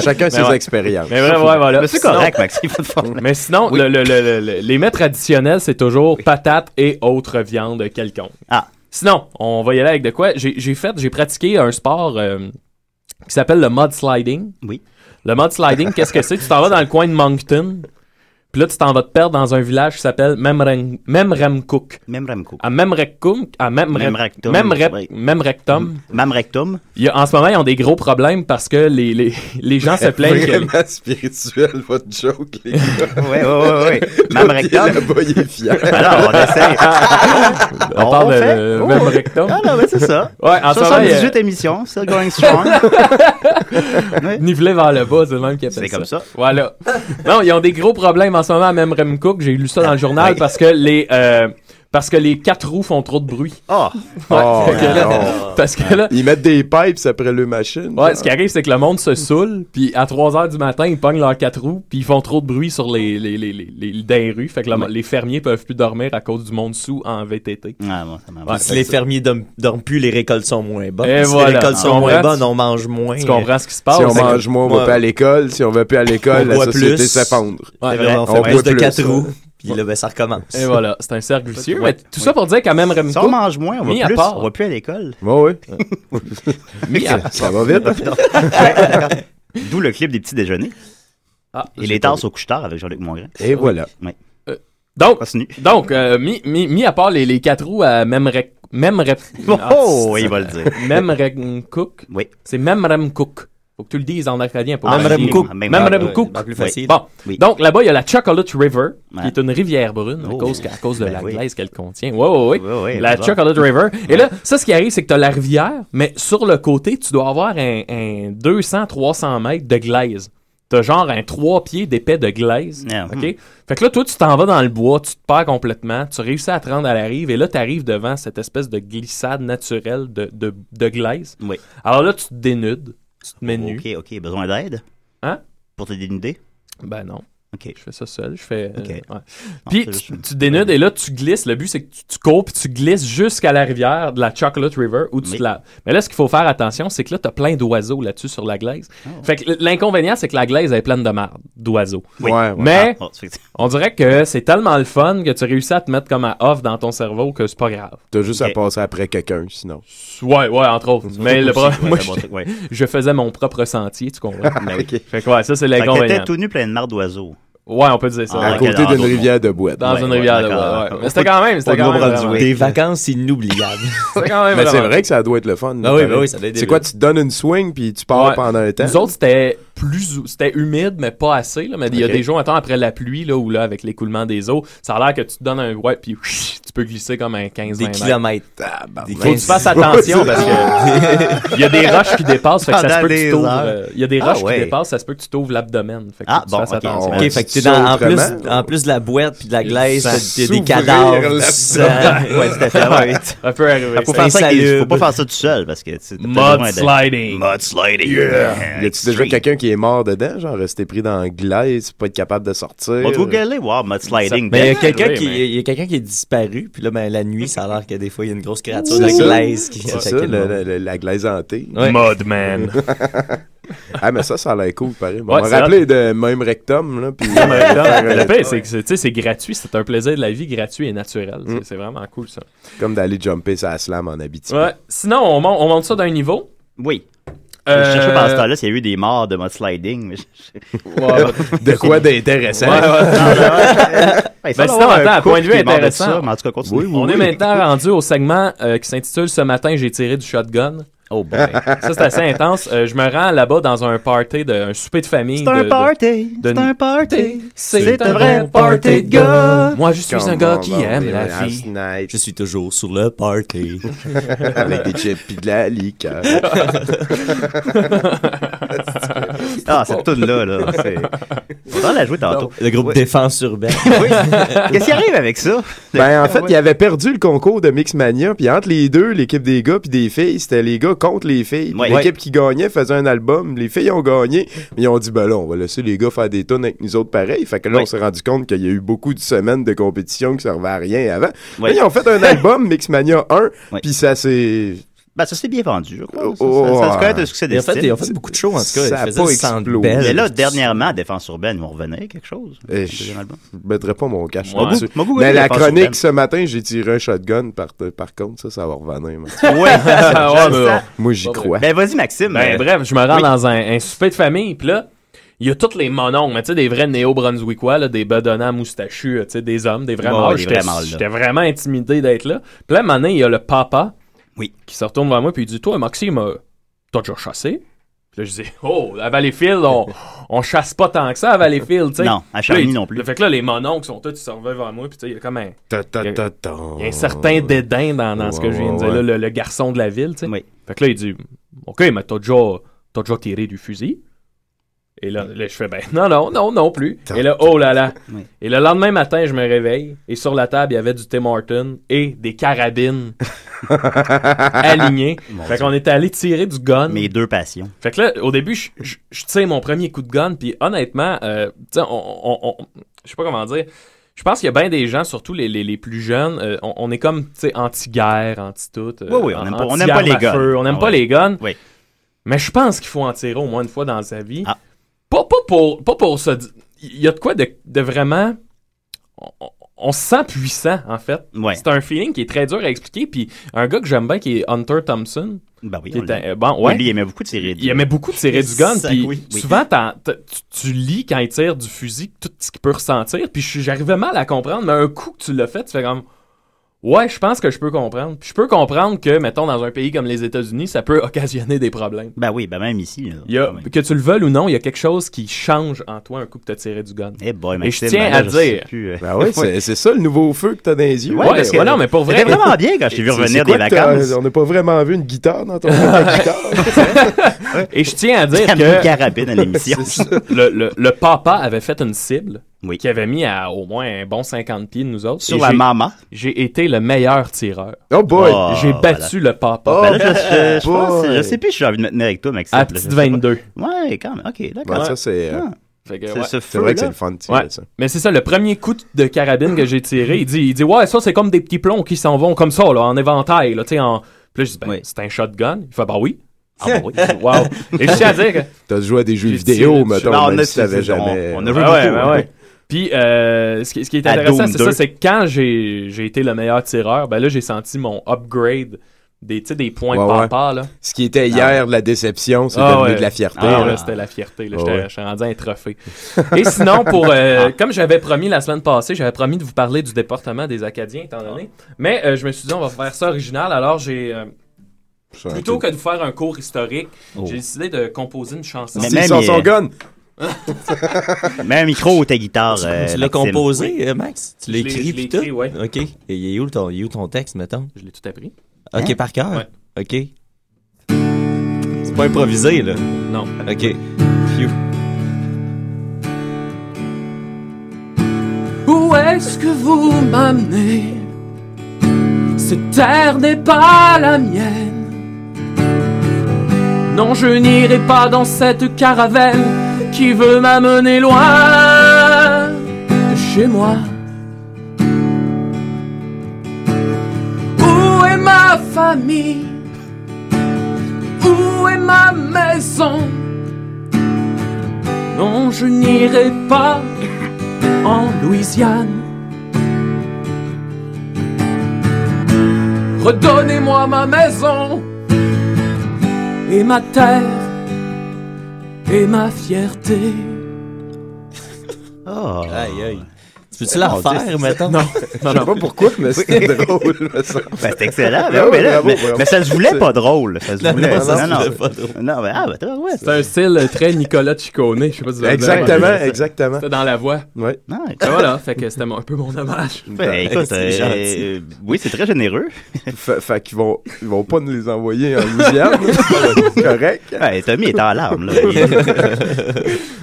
J: Chacun
I: Mais
J: ses
I: ouais.
J: expériences.
I: [LAUGHS] Mais vraiment, ouais, voilà.
F: Mais c'est
I: Sinon-
F: correct, Maxime. pas de problème.
I: Mais sinon, le- le- le- le- les mets traditionnels, c'est toujours patates et autres viandes quelconques.
F: Ah.
I: Sinon, on va y aller avec de quoi. J'ai j'ai fait, j'ai pratiqué un sport euh, qui s'appelle le mud sliding.
F: Oui.
I: Le mud sliding, qu'est-ce que c'est? Tu t'en vas dans le coin de Moncton, puis là, tu t'en vas te perdre dans un village qui s'appelle Memrem- Memremcook.
F: [LAUGHS] Même Ramco.
I: À Memremcook, à Memrem-
F: Memrectum,
I: Memrep-
F: oui. Mm.
I: Memrectum.
F: Même rectum.
I: Il y a- en ce moment, ils ont des gros problèmes parce que les, les, les gens se plaignent que...
J: Vraiment spirituel, votre joke, les gars.
I: [LAUGHS]
F: Oui, oui, oui. Même [LAUGHS]
J: L'autre, il est
F: rectum.
J: là-bas, il est fier.
F: Alors, on essaye.
I: On,
F: On
I: parle
F: fait?
I: de
F: Oh,
I: Memrectum.
F: Ah non, mais c'est ça.
I: Ouais, en ce moment, Ah, il y a-
F: 78 émissions, still going strong.
I: Niveler vers le bas, c'est le même qui appelle
F: [LAUGHS] C'est comme ça.
I: Voilà. non, ils ont des gros problèmes en ce moment à même Remcook. J'ai lu ça dans le journal parce que les euh, parce que les quatre roues font trop de bruit.
F: Ah,
J: Oh,
I: Fait que là-
J: non.
I: [LAUGHS] parce que là,
J: Ils mettent des pipes après le machine.
I: ouais,
J: genre.
I: ce qui arrive, c'est que le monde se saoule, puis à 3 heures du matin, ils pognent leurs quatre roues, puis ils font trop de bruit sur les, les, les, les, les- dans les rues. Fait que le- les fermiers peuvent plus dormir à cause du monde sous en VTT.
F: ah bon, ça m'en va.
K: Puis si les fermiers dorment, dorment plus, les récoltes sont moins bonnes.
I: Et
K: si
I: voilà.
K: les récoltes
I: Tu
K: sont moins
I: comprends?
K: bonnes, on mange moins.
I: Tu comprends ce qui se passe?
J: Si on
I: Fait que-
J: mange moins, on va
K: Ouais.
J: pas à l'école. Si on va plus à
K: On
J: l'école, la
K: boit
J: société
K: plus.
J: s'effondre.
K: C'est
F: Ouais.
K: vrai, on
J: On
K: fait plus
J: boit
K: de
J: plus,
K: 4
J: ouais.
K: roues, puis là, ben, ça recommence.
I: Et voilà, c'est un cercle
F: Ouais.
I: vicieux. Mais tout ça pour dire qu'à même
F: Si on
I: Remcook,
F: mange moins, on
I: Mis
F: va
I: à
F: plus,
I: part.
F: on va plus à l'école.
J: Ouais,
I: [LAUGHS]
J: ouais. Ça va vite. hein?
F: D'où le clip des petits déjeuners.
I: Ah,
F: Et les tasses au couche-tard avec Jean-Luc Mongrain.
J: Et voilà.
I: donc,
F: Continue.
I: Donc, euh, mis, mis, mis à part les, les quatre roues euh, à même rec... Même rep... Ah,
F: Oh, il va le dire.
I: Même rem cook.
F: Oui.
I: C'est même rem cook. Faut que tu le dises en acadien. Pour
F: Ah,
I: même
F: oui.
I: rem cook.
F: Même
I: Même
F: rem
I: rem cook.
K: cook. plus
F: Oui.
K: facile.
I: Bon.
F: Oui.
I: Donc, là-bas, il y a la Chocolate River,
F: Ouais.
I: qui est une rivière brune
F: Oh.
I: à, cause, à cause de
F: Ben
I: la
F: oui.
I: glace qu'elle contient. Ouais, ouais, ouais.
F: Ouais, ouais,
I: la
F: c'est ça.
I: Chocolate River. Et là, ça, ce qui arrive, c'est que tu as la rivière, mais sur le côté, tu dois avoir un, un 200-300 mètres de glaise. T'as genre un trois pieds d'épais de glaise.
F: Ah,
I: OK?
F: hmm.
I: Fait que là, toi, tu t'en vas dans le bois, tu te perds complètement, tu réussis à te rendre à la rive, et là, tu arrives devant cette espèce de glissade naturelle de, de, de glaise.
F: Oui.
I: Alors là, tu te dénudes, tu te mets nu.
F: Ok, ok. Besoin d'aide?
I: Hein?
F: Pour te dénuder?
I: Ben non.
F: Ok.
I: Je fais ça seul, je fais. euh,
F: Ok.
I: ouais.
F: Non,
I: Puis
F: c'est
I: tu,
F: juste-
I: tu dénudes et là tu glisses. Le but c'est que tu, tu cours puis tu glisses jusqu'à la rivière de la Chocolate River où tu
F: Oui.
I: te laves. Mais là ce qu'il faut faire attention c'est que là t'as plein d'oiseaux là-dessus sur la glaise.
F: Ah
I: Fait que l- l'inconvénient c'est que la glaise elle est pleine de marde d'oiseaux.
F: Oui.
J: Ouais, ouais.
I: Mais
F: Ah, oh, c'est-
I: on dirait que c'est tellement le fun que tu réussis à te mettre comme à off dans ton cerveau que c'est pas grave.
J: T'as juste
F: Ok.
J: à passer après quelqu'un, sinon.
I: Ouais ouais entre autres. Mais
F: Aussi,
I: le
F: [LAUGHS]
I: problème
F: ouais,
I: moi
F: c'est bon
I: je,
F: truc, ouais.
I: [LAUGHS]
F: Ben
I: je faisais mon propre sentier
F: [LAUGHS]
I: tu comprends.
J: Ok.
I: fait que ouais ça c'est
F: Fait que t'étais
I: l'inconvénient.
F: tout nu plein de marre d'oiseaux.
I: Ouais on peut dire ça.
F: Ah,
J: À
I: ouais.
F: ok,
J: côté
F: dans
J: d'une
F: d'autres
J: rivière de boîte.
I: Dans
F: Ouais,
I: une
F: ouais,
I: rivière de
F: d'accord.
I: ouais, ouais. Mais c'était quand même
F: Pas
I: c'était
F: de
I: quand même.
F: Nouveau-Brunswick.
I: vraiment-
K: Des vacances inoubliables.
I: [LAUGHS] c'était quand même
J: Mais c'est
I: vraiment-
J: vrai que ça doit être le fun.
K: Ah oui,
J: pareil.
K: ben oui, ça doit être
J: C'est
K: débile.
J: quoi, tu te donnes une swing puis tu pars
I: Ouais.
J: pendant un temps?
I: Nous autres, c'était plus, c'était humide, mais pas assez, là. Mais il y a
J: Ok.
I: des jours, attends, après la pluie, là, ou là, avec l'écoulement des eaux, ça a l'air que tu te donnes un, ouais, puis [LAUGHS] whish, tu peux glisser comme un 15
K: Des kilomètres. Des
I: Faut que tu
K: kilomètres.
I: fasses attention parce que [LAUGHS] il y a des roches qui dépassent, fait que ça se
F: Pendant
I: peut que
F: des
I: tu t'ouvres.
F: heures.
I: euh, Il y a des
F: Ah
I: roches
F: ouais.
I: qui dépassent, ça se peut que tu t'ouvres l'abdomen. Fait que
F: Ah,
I: faut que tu
F: bon,
I: fasses
F: ok.
I: attention.
J: Ouais,
K: Ok, fait que t'es
J: ça
K: dans- en plus,
J: autrement.
K: en plus de la boîte puis de la glaise,
J: Ça
K: t'as- t'as des
J: s'ouvre
K: cadavres, du
I: [LAUGHS]
J: l'abdomen.
K: sang. Ouais, tout à fait.
F: Ah, ouais.
I: [LAUGHS] Ça peut arriver.
F: Faut
K: C'est
F: faire ça avec des-
K: insalubre.
F: faut pas faire ça tout seul parce que tu sais, t'as
I: Mud
F: besoin d'aide.
I: sliding.
F: Mud sliding.
I: Euh,
J: Yeah. Y a-tu déjà quelqu'un qui est mort dedans? Genre, rester pris dans la glace, pas être capable de sortir?
F: On va te googler, wow, mud sliding.
K: Mais il y a
F: Ben,
K: quelqu'un
I: oui,
K: qui,
I: mais-
K: il y a quelqu'un qui est disparu, puis là, ben, la nuit, ça a l'air que des fois, il y a une grosse créature
J: C'est
K: de
J: ça.
K: glaise qui
J: C'est
K: attaque
J: ça,
K: le
J: le-
K: monde.
J: le- la glaise hantée.
K: Ouais.
I: Mudman.
J: Ah, mais ça, ça a l'air cool, pareil.
I: Ouais,
J: On m'a
I: c'est
J: rappelé de même rectum, là.
F: [LAUGHS]
J: puis- [LAUGHS]
I: Le pire, c'est que c'est- tu sais, c'est gratuit, c'est un plaisir de la vie gratuit et naturel. C'est-
J: Mm.
I: C'est vraiment cool ça.
J: Comme d'aller jumper sa slam en Abitibi.
I: Ouais. Sinon, on monte, on monte ça d'un niveau.
F: oui. Je
I: Euh,
F: cherchais pendant ce temps-là s'il y a eu des morts de mud sliding. Mais je-
I: [LAUGHS] ouais, ouais.
J: [LAUGHS] De quoi d'intéressant?
I: Ouais, ouais.
F: Hey, ça doit
I: Ben, sinon,
F: avoir un
I: attends,
F: couple
I: point de vue
F: qui est mort de
I: intéressant.
F: ça, mais en tout cas, continue.
I: On est maintenant rendu au segment euh, qui s'intitule Ce matin, j'ai tiré du shotgun.
F: Oh boy.
I: Ça, c'est assez intense. Euh, je me rends là-bas dans un party, de, un souper de famille.
F: C'est un
I: de- de-
F: party,
I: de-
F: c'est un party, c'est un
I: un
F: vrai
I: bon
F: party de gars.
I: Moi, je suis un
F: Come
I: gars
F: on,
I: qui
F: bon,
I: aime
F: oui,
I: la
F: oui,
I: vie.
K: Je suis toujours sur
F: [LAUGHS]
K: le party.
J: Avec des chips pis de la liqueur.
F: Ah, cette toune-là, là, c'est...
I: [LAUGHS]
F: Faudra la jouer tantôt.
K: Le groupe
F: Ouais.
K: Défense urbaine.
F: Oui. Qu'est-ce qui arrive avec ça?
J: Ben, en fait,
F: Ouais.
J: il avait perdu le concours de Mixmania, puis entre les deux, l'équipe des gars puis des filles, c'était les gars contre les filles. Puis
F: Ouais.
J: L'équipe qui gagnait faisait un album, les filles ont gagné, mais ils ont dit, ben là, on va laisser les gars faire des tonnes avec nous autres pareil. Fait que là,
F: Ouais.
J: on s'est rendu compte qu'il y a eu beaucoup de semaines de compétition qui servaient à rien avant.
F: Ouais.
J: Mais ils ont fait un album, Mixmania 1,
F: Ouais.
J: puis ça s'est...
F: Ben, ça s'est bien vendu, je crois. Ça,
J: Oh,
F: ça- ça
J: ouais.
F: se connaît un succès
K: Ils ont
F: des
K: fait, ils ont fait beaucoup de shows, en tout cas.
J: Ça a
K: ils faisaient
J: pas
K: le Centre
J: explosé.
K: Bell.
F: Mais là, dernièrement, à Défense Urbaine, on revenait quelque chose. le
J: Eh,
F: deuxième
K: [LAUGHS]
F: album.
J: Je mettrais pas mon cash
F: Ouais.
J: là-dessus.
F: Moi, beaucoup
J: Mais
F: aimé
J: la
F: Défense urbaine.
J: chronique ce matin, j'ai tiré un shotgun par, par contre, ça, ça va revenir. moi.
F: Ouais,
I: Ah, ouais,
F: je le
I: mais
F: sens.
J: Moi, j'y crois.
F: Ben, vas-y, Maxime.
I: Ben,
F: Euh,
I: bref, je me rends
F: oui.
I: dans un, un souper de famille, puis là, il y a tous les mononcles, mais tu sais, des vrais néo-brunswickois, là, des bedonnants moustachus, euh, tu sais, des hommes, des
F: Ouais,
I: vrais mâles.
F: ouais,
I: J'étais
F: les vrais mâles, là.
I: j'étais vraiment intimidé d'être là. Puis là, à un moment donné, il y a le papa
F: Oui.
I: qui se retourne vers moi, puis il dit Toi, Maxime, euh, t'as déjà chassé Puis là, je dis Oh, à Valleyfield, on,
F: [LAUGHS]
I: on chasse pas tant que ça à Valleyfield, tu sais.
F: Non, à
I: Puis là,
F: Charny
I: il-
F: non plus.
I: Fait que là, les mononcles sont tous, ils se revêtent vers moi, puis tu sais, il y a comme un,
J: Ta, ta,
I: ben, Il y a-
J: ta, ta.
I: il y a un certain dédain dans, dans ce que
J: Ouais,
I: je viens de
J: ouais,
I: dire,
J: ouais.
I: là, le, le garçon de la ville, tu sais.
F: Oui.
I: Fait que là, il dit Ok, mais t'as déjà, t'as déjà tiré du fusil Et là, là, je fais Ben non, non, non, non plus. Et là, oh là là.
F: Oui.
I: Et le lendemain matin, je me réveille et sur la table, il y avait du Tim Horton et
F: [LAUGHS]
I: des carabines alignées.
F: Mon
I: fait
F: Dieu.
I: qu'on était allé tirer du gun.
F: Mes deux passions.
I: Fait que là, au début, je- je je tire mon premier coup de gun, puis honnêtement, euh, tu sais, on, on- on- je sais pas comment dire. Je pense qu'il y a bien des gens, surtout les, les, les plus jeunes, euh, on, on est comme, tu sais, anti-guerre, anti-tout. euh,
F: Oui, oui, on aime pas- on aime
I: anti-armes
F: pas les
I: à
F: guns.
I: feu, on n'aime
F: Ah
I: pas
F: ouais.
I: les guns.
F: Oui.
I: Mais je pense qu'il faut en tirer au moins une fois dans sa vie.
F: Ah.
I: Pas, pas pour, pas pour se di- Il y a de quoi de, de vraiment... on- on- on se sent puissant, en fait.
F: Ouais.
I: C'est un feeling qui est très dur à expliquer. Puis un gars que j'aime bien, qui est Hunter Thompson,
F: Ben oui,
I: qui
F: on
I: est un-
F: l'a-
I: euh, bon,
F: Oui,
I: ouais,
F: lui, il aimait beaucoup tirer du-
I: il aimait beaucoup tirer du gun.
K: Sac,
I: Puis
K: oui, oui.
I: souvent, t'en- t- tu, tu lis quand il tire du fusil tout ce qu'il peut ressentir. Puis je suis- j'arrivais mal à comprendre. Mais un coup que tu l'as fait, tu fais comme. Ouais, je pense que je peux comprendre. Puis je peux comprendre que, mettons, dans un pays comme les États-Unis, ça peut [LAUGHS] occasionner des problèmes.
F: Ben oui, ben même ici. là,
I: Il y a-
F: quand même.
I: que tu le veuilles ou non, il y a quelque chose qui change en toi un coup que tu as tiré du gun.
F: Eh boy,
I: je
F: Maxime,
I: tiens
F: ben là,
I: à
F: je sais
I: dire-
F: plus, euh, [LAUGHS]
J: Ben ouais, c'est c'est ça le nouveau feu que t'as dans les yeux.
I: Ouais, parce que- ouais, non, mais pour vrai.
F: C'était vraiment bien quand je t'ai vu
J: C'est- c'est
F: revenir
J: quoi
F: des
J: que t'as-
F: vacances.
J: On n'a pas vraiment vu une guitare dans ton
F: [LAUGHS]
J: ta guitare.
I: Et je tiens à dire
F: J'ai amené une
I: que
F: carabine à l'émission.
I: le, le- le papa avait fait une cible
F: Oui.
I: qui avait mis à au moins un bon 50 pieds de nous autres.
F: Sur
I: Et
F: la
I: j'ai-
F: maman.
I: J'ai été le meilleur tireur.
J: Oh boy!
F: Oh,
I: J'ai
F: voilà.
I: battu le papa.
J: Oh,
F: Ben là, je, je- je
J: boy.
F: pense- je sais plus, j'ai envie de me tenir avec toi, Maxime.
I: à
F: là,
I: petite
F: je sais pas.
I: 22.
F: Ouais, quand même. Ok,
J: Ben,
F: d'accord.
J: ça, c'est euh,
F: Ah,
I: Fait que,
F: c'est
I: ouais.
F: ce
J: c'est vrai que c'est
F: feu-là.
J: le fun de tirer,
I: Ouais.
J: ça.
I: Mais c'est ça, le premier coup de carabine que j'ai tiré, il dit, il dit ouais, ça c'est comme des petits plombs qui s'en vont comme ça, là, en éventail, là, tu sais, en... Puis là, je dis, ben,
F: Oui.
I: c'est un shotgun. Il fait, bah oui.
F: Ah, bon, oui.
I: Wow. Et je tiens à dire que...
J: T'as joué à des jeux
I: J'ai
J: vidéo,
I: tiré
J: mettons,
F: dessus. Ben, on
J: même
F: a
J: si t'avais
F: tiré-
J: jamais...
F: on- on a joué.
I: Ah ouais,
F: beaucoup,
I: ouais,
F: hein.
I: ouais. Puis, euh, ce, qui, ce qui est
F: À
I: intéressant,
F: Doom
I: c'est ça,
F: 2.
I: c'est que quand j'ai j'ai été le meilleur tireur, ben là, j'ai senti mon upgrade des, tu sais, des points
J: Ouais, ouais.
I: papa, là.
J: Ce qui
F: Ah.
J: était hier de la déception, c'est
I: Ah
J: devenu
I: ouais.
J: de la fierté.
I: Ah,
J: là.
I: non, là, c'était la fierté. Là.
J: Ah
I: J'étais-
J: ouais.
I: Je suis rendu un trophée. Et sinon, pour euh, comme j'avais promis la semaine passée, j'avais promis de vous parler du département des Acadiens, étant donné. Mais euh, je me suis dit, on va faire ça original. Alors, j'ai euh,
J: C'est un
I: plutôt
J: peu-
I: que de vous faire un cours historique,
F: Oh.
I: j'ai décidé de composer une chanson.
F: Mais-
J: S'il
F: même
J: sort
F: il-
J: son gun!
F: Mets un micro ou ta guitare.
K: Tu-
F: euh,
K: tu l'as
F: Maxime.
K: composé, euh, Max? Tu l'as
I: Je l'ai-
K: écrit
I: je l'ai
K: pis tout?
I: écrit, ouais.
K: OK. Et il est où ton, il est où ton texte, mettons?
I: Je l'ai tout appris.
K: OK,
F: Hein?
K: par
I: Ouais.
K: cœur? OK. C'est pas improvisé, là.
I: Non.
K: OK. Phew.
B: Où est-ce que vous m'amenez Cette terre n'est pas la mienne. Non, je n'irai pas dans cette caravelle qui veut m'amener loin de chez moi. Où est ma famille Où est ma maison Non, je n'irai pas en Louisiane. Redonnez-moi ma maison et ma terre et ma fierté.
F: Ah.
K: Aïe, aïe. Tu Tu peux-tu la
F: Mon Dieu, c'est
K: refaire, mettons?
F: ça.
J: Je sais pas pourquoi,
F: [LAUGHS]
J: mais c'était drôle. me semble.
F: Ben, c'est excellent. Ben
J: Ah
F: oui, mais,
J: ouais,
F: là,
J: bravo,
F: mais-
J: bravo.
F: mais ça se voulait
J: C'est-
F: pas drôle. Ça se
J: Non,
F: voulait.
J: non, ça se voulait
F: pas drôle. Non, ben, ah, ben, toi, ouais.
I: C'est un style très Nicolas Ciccone, je sais pas si vous avez
J: Exactement,
I: entendu ça.
J: exactement.
I: C'était dans la voix.
J: Ouais.
F: Non,
I: Ben voilà, fait que c'était un peu mon hommage.
F: Ben, écoute, euh, euh, oui, c'est très généreux.
J: Fait, fait qu'ils vont, ils vont pas nous les envoyer en
F: [LAUGHS]
J: Louisiane. C'est correct.
F: Ouais, Tommy est en larmes, là. Il-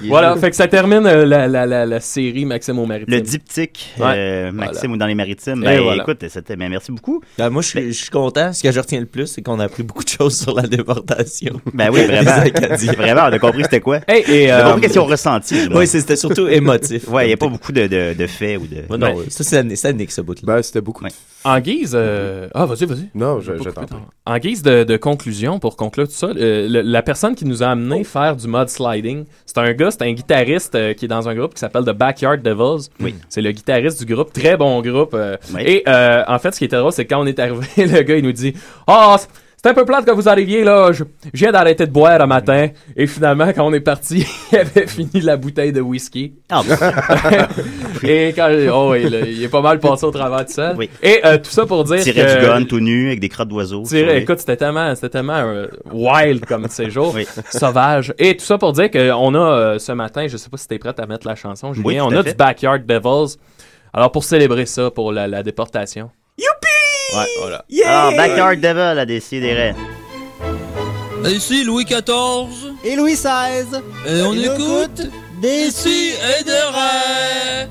F: il-
I: Voilà, fait que ça termine euh, la, la, la, la série Maxime au Maritime.
F: Le diptyque,
I: Ouais,
F: euh, Maxime ou dans les maritimes. Ben,
I: Et voilà.
F: écoute, c'était, ben, merci beaucoup.
K: Ben, moi, je suis- je suis content. Ce que je retiens le plus, c'est qu'on a appris beaucoup de choses sur la déportation.
F: Ben oui,
K: des
F: vraiment.
K: Acadiens.
F: vraiment, on a compris c'était quoi.
I: Hey, et,
F: on a
K: euh,
F: compris qu'est-ce qu'ils ont ressenti.
K: Oui, c'est- c'était surtout émotif.
F: Ouais, il n'y a pas beaucoup de, de, de faits ou de.
K: Ouais, non, ça, c'est Nick, ça nique, ce bout-là.
J: Ben, c'était beaucoup.
F: Ouais.
I: ben, En guise. euh, Ah, vas-y, vas-y.
J: Non,
I: J'ai pas
J: je, je
I: coupé
J: t'en prie.
I: ton- En guise de, de conclusion, pour conclure tout ça, euh, le- la personne qui nous a
F: Oh.
I: amené faire du mud sliding, c'est un gars, c'est un guitariste euh, qui est dans un groupe qui s'appelle The Backyard Devils.
F: Oui.
I: C'est le guitariste du groupe, très bon groupe. euh,
F: Oui.
I: Et euh, en fait, ce qui était drôle, c'est que quand on est arrivé, [LAUGHS] le gars, il nous dit Ah, c'est- c'est un peu plate que vous arriviez, là. Je, je viens d'arrêter de boire un matin. Et finalement, quand on est parti, [LAUGHS] il avait fini la bouteille de
F: [LAUGHS]
I: whisky.
F: Ah, bon.
I: Et quand. Oh, il, il est pas mal passé au travers de ça.
F: Oui.
I: Et euh, tout ça pour dire.
F: Tirer
I: que-
F: du gun tout nu avec des crottes d'oiseaux.
I: Tirer,
F: Oui.
I: écoute, c'était tellement, c'était tellement euh, wild comme séjour,
F: Oui.
I: [LAUGHS] sauvage. Et tout ça pour dire qu'on a euh, ce matin, je sais pas si t'es prête à mettre la chanson, Julien,
F: Oui, tout
I: on
F: à
I: a
F: fait.
I: du Backyard Devils. Alors pour célébrer ça, pour la, la déportation. Youpi! Ouais, voilà.
F: Alors, Ah, Backyard Devil a décidé des
G: Ici Louis XIV. Et Louis XVI. Et on écoute. Déçu et de rêve.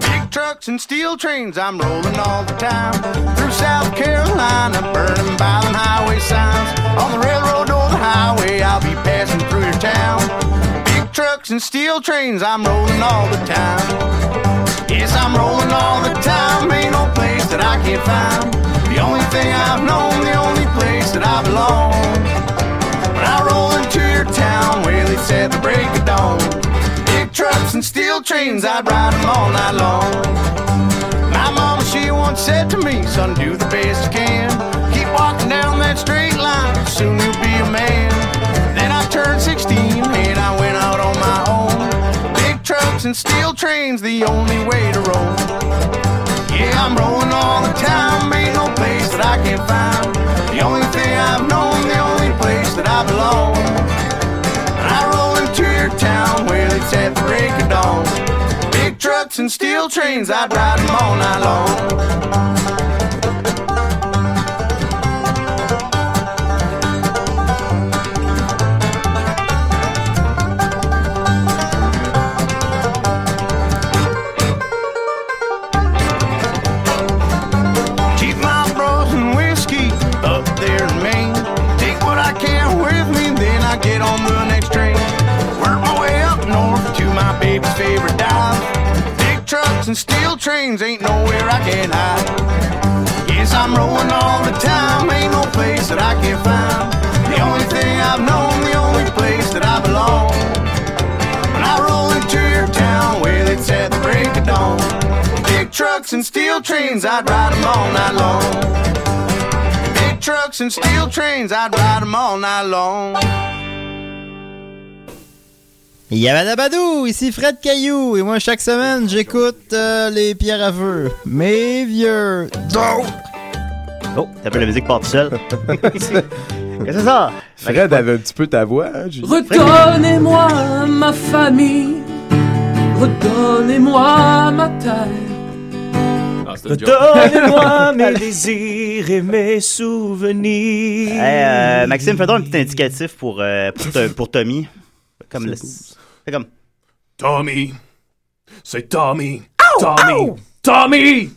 M: Big trucks and steel trains, I'm rolling all the time. Through South Carolina, burning by them highway signs. On the railroad or the highway, I'll be passing through your town. Big trucks and steel trains, I'm rolling all the time. Yes, I'm rolling all the time. Ain't no place that I can't find. The only thing I've known, the only place that I belong. When I roll into your town, well, it's at the break of dawn. Big trucks and steel trains, I'd ride 'em all night long. My mama, she once said to me, son, do the best you can. Keep walking down that straight line, soon you'll be a man. Then I turned 16 and I went out on my own. Big trucks and steel trains, the only way to roll. Yeah, I'm rolling all the time, ain't no place that I can't find. The only thing I've known, the only place that I belong. I roll into your town, well, it's at the break of dawn. Big trucks and steel trains, I'd ride 'em all night long. Keep my bros and whiskey up there in Maine. Take what I can with me, then I get on the next train. Work my way up north to my baby's favorite dive. Big trucks and steel trains ain't nowhere I can hide. Yes, I'm rolling all the time, ain't no place that I can find. The only thing I've known, the only place that I belong. When I roll into your town, well, it's at the break of dawn. Big trucks and steel trains, I'd ride 'em all night long. Big trucks and steel trains, I'd ride 'em all night long.
N: Yabadabadou, ici Fred Caillou, et moi chaque semaine j'écoute euh, les pierres à feu. Mes vieux.
F: Oh, t'as fait la musique part
J: [LAUGHS]
F: seule. Qu'est-ce que c'est ça?
J: Fred avait un petit peu ta voix, hein, Julie?
O: Redonnez-moi ma famille, redonnez-moi ma taille.
K: Donnez-moi mes désirs et mes souvenirs.
F: Hey, euh, Maxime, fais donc un petit indicatif pour, euh, pour, to- pour Tommy. Comme le... Fais comme.
G: Tommy. C'est Tommy. Tommy. Tommy.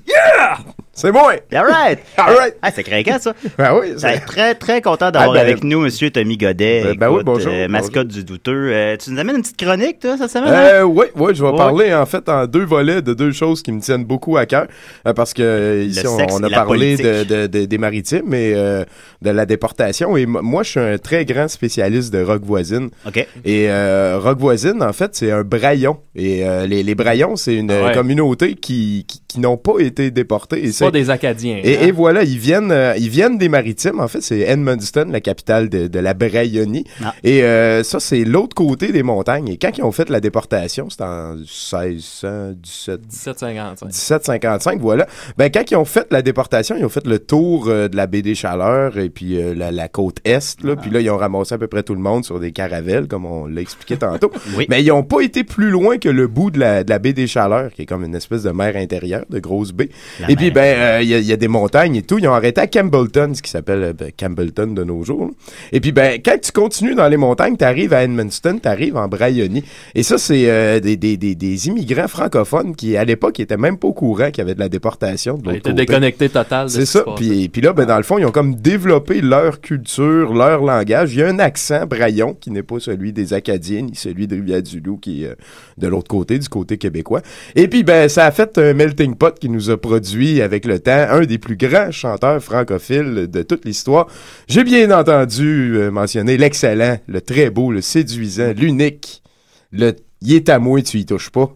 J: C'est moi!
F: All right!
J: [LAUGHS] All right!
F: Ah, c'est craquant, ça.
J: Ben oui,
F: Ça va
J: c'est-
F: être très, très content d'avoir
J: Ah, ben,
F: avec nous Monsieur Tommy Godet. euh,
J: Ben, ben oui, bonjour, bonjour.
F: mascotte du douteux. Euh, tu nous amènes une petite chronique, toi, cette semaine? hein?
J: Euh, oui, oui, je vais
F: Ouais.
J: parler en fait en deux volets de deux choses qui me tiennent beaucoup à cœur. euh, parce que euh, ici, on,
F: sexe
J: on
F: et
J: a
F: la
J: parlé de,
F: politique.
J: de- de- des maritimes et euh, de la déportation. Et m- moi, je suis un très grand spécialiste de rock voisine.
F: OK.
J: Et euh, Rock Voisine, en fait, c'est un braillon. Et euh, les, les braillons, c'est une
I: Ah ouais.
J: communauté qui, qui, qui n'ont pas été déportés. Et ça,
I: pas des Acadiens.
J: Et,
I: hein.
J: et voilà, ils viennent, euh, ils viennent des Maritimes. En fait, c'est Edmundston, la capitale de, de la Brayonie. Et euh, ça, c'est l'autre côté des montagnes. Et quand ils ont fait la déportation, c'était en 1600, 17,
I: 1755.
J: 1755, voilà. Ben, quand ils ont fait la déportation, ils ont fait le tour euh, de la baie des Chaleurs et puis euh, la, la côte Est. Là, Puis là, ils ont ramassé à peu près tout le monde sur des caravelles, comme on l'a expliqué tantôt. Mais ils n'ont pas été plus loin que le bout de la, de la baie des Chaleurs, qui est comme une espèce de mer intérieure, de grosse baie.
F: La
J: et puis, ben, euh, il y, a- il y a des montagnes et tout. Ils ont arrêté à Campbellton, ce qui s'appelle euh, ben, Campbellton de nos jours. là. Et puis, ben, quand tu continues dans les montagnes, tu arrives à Edmundston, tu arrives en Bryonie. Et ça, c'est euh, des, des, des, des immigrants francophones qui, à l'époque, étaient même pas au courant qu'il y avait de la déportation. de
I: Ah, Ils
J: l'autre
I: étaient
J: côté.
I: déconnectés total. de ce
J: C'est
I: qui
J: ça.
I: se passait.
J: Puis, puis là, ben, dans le fond, ils ont comme développé leur culture, leur langage. Il y a un accent braillon qui n'est pas celui des Acadiens ni celui de Rivière-du-Loup qui est euh, de l'autre côté, du côté québécois. Et puis, ben, ça a fait un melting pot qui nous a produit avec le temps un des plus grands chanteurs francophiles de toute l'histoire. J'ai bien entendu euh, mentionner l'excellent, le très beau, le séduisant, l'unique, le « il est à moi, tu y touches pas »,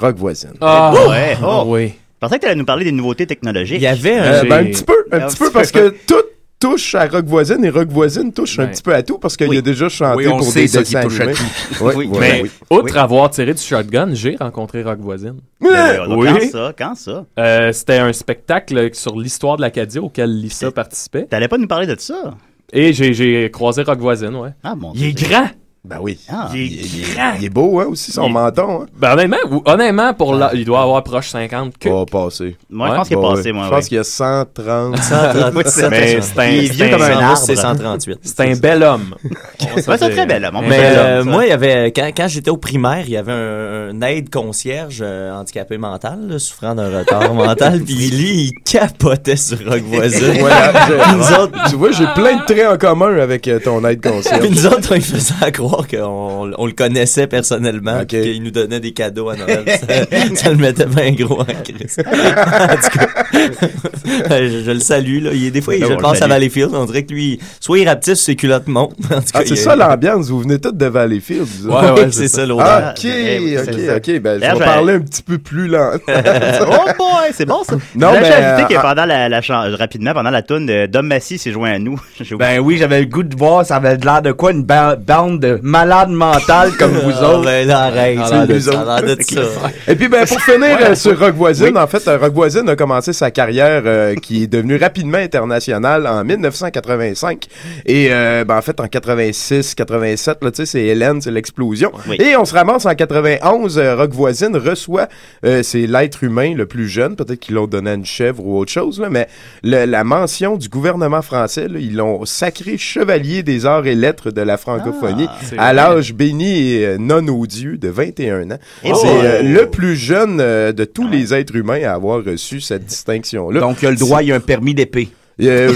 J: Rock voisine.
I: Ah,
F: Oh!
I: ouais.
F: Oh!
I: Ah oui.
F: Je pensais que tu allais nous parler des nouveautés technologiques.
J: Il y avait un- Euh, ben, un petit peu, un petit peu, parce que tout touche à Rock Voisine et Rock Voisine touche un
I: Ouais.
J: petit peu à tout parce qu'il
I: Oui.
J: a déjà chanté
I: Oui, on
J: pour
I: sait
J: des
I: ça,
J: dessins
I: qui touche à
J: animés.
I: tout.
J: Ouais,
I: Oui.
J: voilà,
I: Mais
J: oui.
I: outre avoir tiré du shotgun, j'ai rencontré Rock Voisine.
F: Ben, oui, quand ça? Quand ça?
I: Euh, C'était un spectacle sur l'histoire de l'Acadie auquel Lisa participait.
F: T'allais pas nous parler de ça?
I: Et j'ai- j'ai croisé Rock Voisine, ouais.
F: Ah, mon Ah.
I: Il est grand!
J: Ben oui.
F: il est
I: grand!
J: Il est beau, hein, aussi, son
I: Il-
J: menton. Hein.
I: Ben honnêtement, ou- honnêtement pour la- il doit avoir proche 50 que...
J: Pas passé.
I: Moi, je pense qu'il est
J: Bah,
I: passé,
J: ouais.
I: moi,
J: Je pense
I: oui.
J: qu'il y a 130.
I: [LAUGHS] Mais
J: [LAUGHS]
I: c'est un, c'est
K: c'est 138.
I: C'est un bel homme. On va se le dire.
L: [LAUGHS]
K: Mais euh, moi, il y avait, quand, quand j'étais au primaire, il y avait un, un aide concierge euh, handicapé mental, là, souffrant d'un retard [LAUGHS] mental, puis lui, il capotait sur Rock Voisine.
J: Ouais,
K: Puis nous
J: je-
K: autres,
J: Tu vois, j'ai plein de traits en commun avec euh, ton aide
I: [LAUGHS]
K: puis
J: concierge.
K: nous autres, on lui faisait à croire qu'on on le connaissait personnellement, puis qu'il nous donnait des cadeaux à Noël. ça, ça le mettait bien gros en
J: [LAUGHS]
K: crise. en tout cas, je, je le salue. Là. Il, est- des fois,
J: Ben,
K: je
J: on
K: le
J: le
K: passe à
J: salue.
K: Valleyfield. On dirait que lui, soit il rapetisse ses culottes montent. En tout cas,
J: Ah, c'est
K: il-
J: ça l'ambiance, vous venez tous de Valleyfield. vous
K: Ouais,
J: autres.
K: ouais, c'est ça, l'odeur.
J: Ah, Ok,
F: Eh oui, c'est ça.
J: ok, ok. Ben,
I: Eh
F: D'ailleurs,
J: je vais
F: j'avais-
J: parler un petit peu plus lent.
F: oh boy, c'est bon ça.
J: Non,
F: Non,
J: mais,
F: mais ajouté
J: euh,
F: que
L: ah.
F: pendant la, la chan- rapidement pendant la tune de Dom Massy s'est joint à nous. [LAUGHS]
L: Ben oui, j'avais le goût de voir, ça avait l'air de quoi une ba- bande de malades mentales comme vous
K: Ah,
L: autres.
K: ben, là, arrête,
L: Ah,
K: ça a
L: nous
K: l'air de- ça a
L: autres.
K: l'air de ça.
J: Et puis, ben, pour finir
K: Ouais.
J: euh, sur Rock Voisine, en fait, euh, Rock Voisine a commencé sa carrière euh, qui est devenue rapidement internationale en 1985. Et, euh, ben, en fait, en 86, 87, là, tu sais, c'est Hélène, c'est l'explosion.
F: Oui.
J: Et on se ramasse en 91, euh, Rock Voisine reçoit, euh, c'est l'être humain le plus jeune, peut-être qu'ils l'ont donné à une chèvre ou autre chose, là, mais le- la mention du gouvernement français, là, ils l'ont sacré chevalier des arts et lettres de la francophonie
F: Ah, c'est
J: à
F: vrai.
J: l'âge béni et euh, non odieux de 21 ans.
F: Et
J: c'est
F: bon.
J: euh, le plus jeune euh, de tous les êtres humains à avoir reçu cette distinction-là.
L: Donc, il a le droit, il a un permis d'épée.
J: Euh,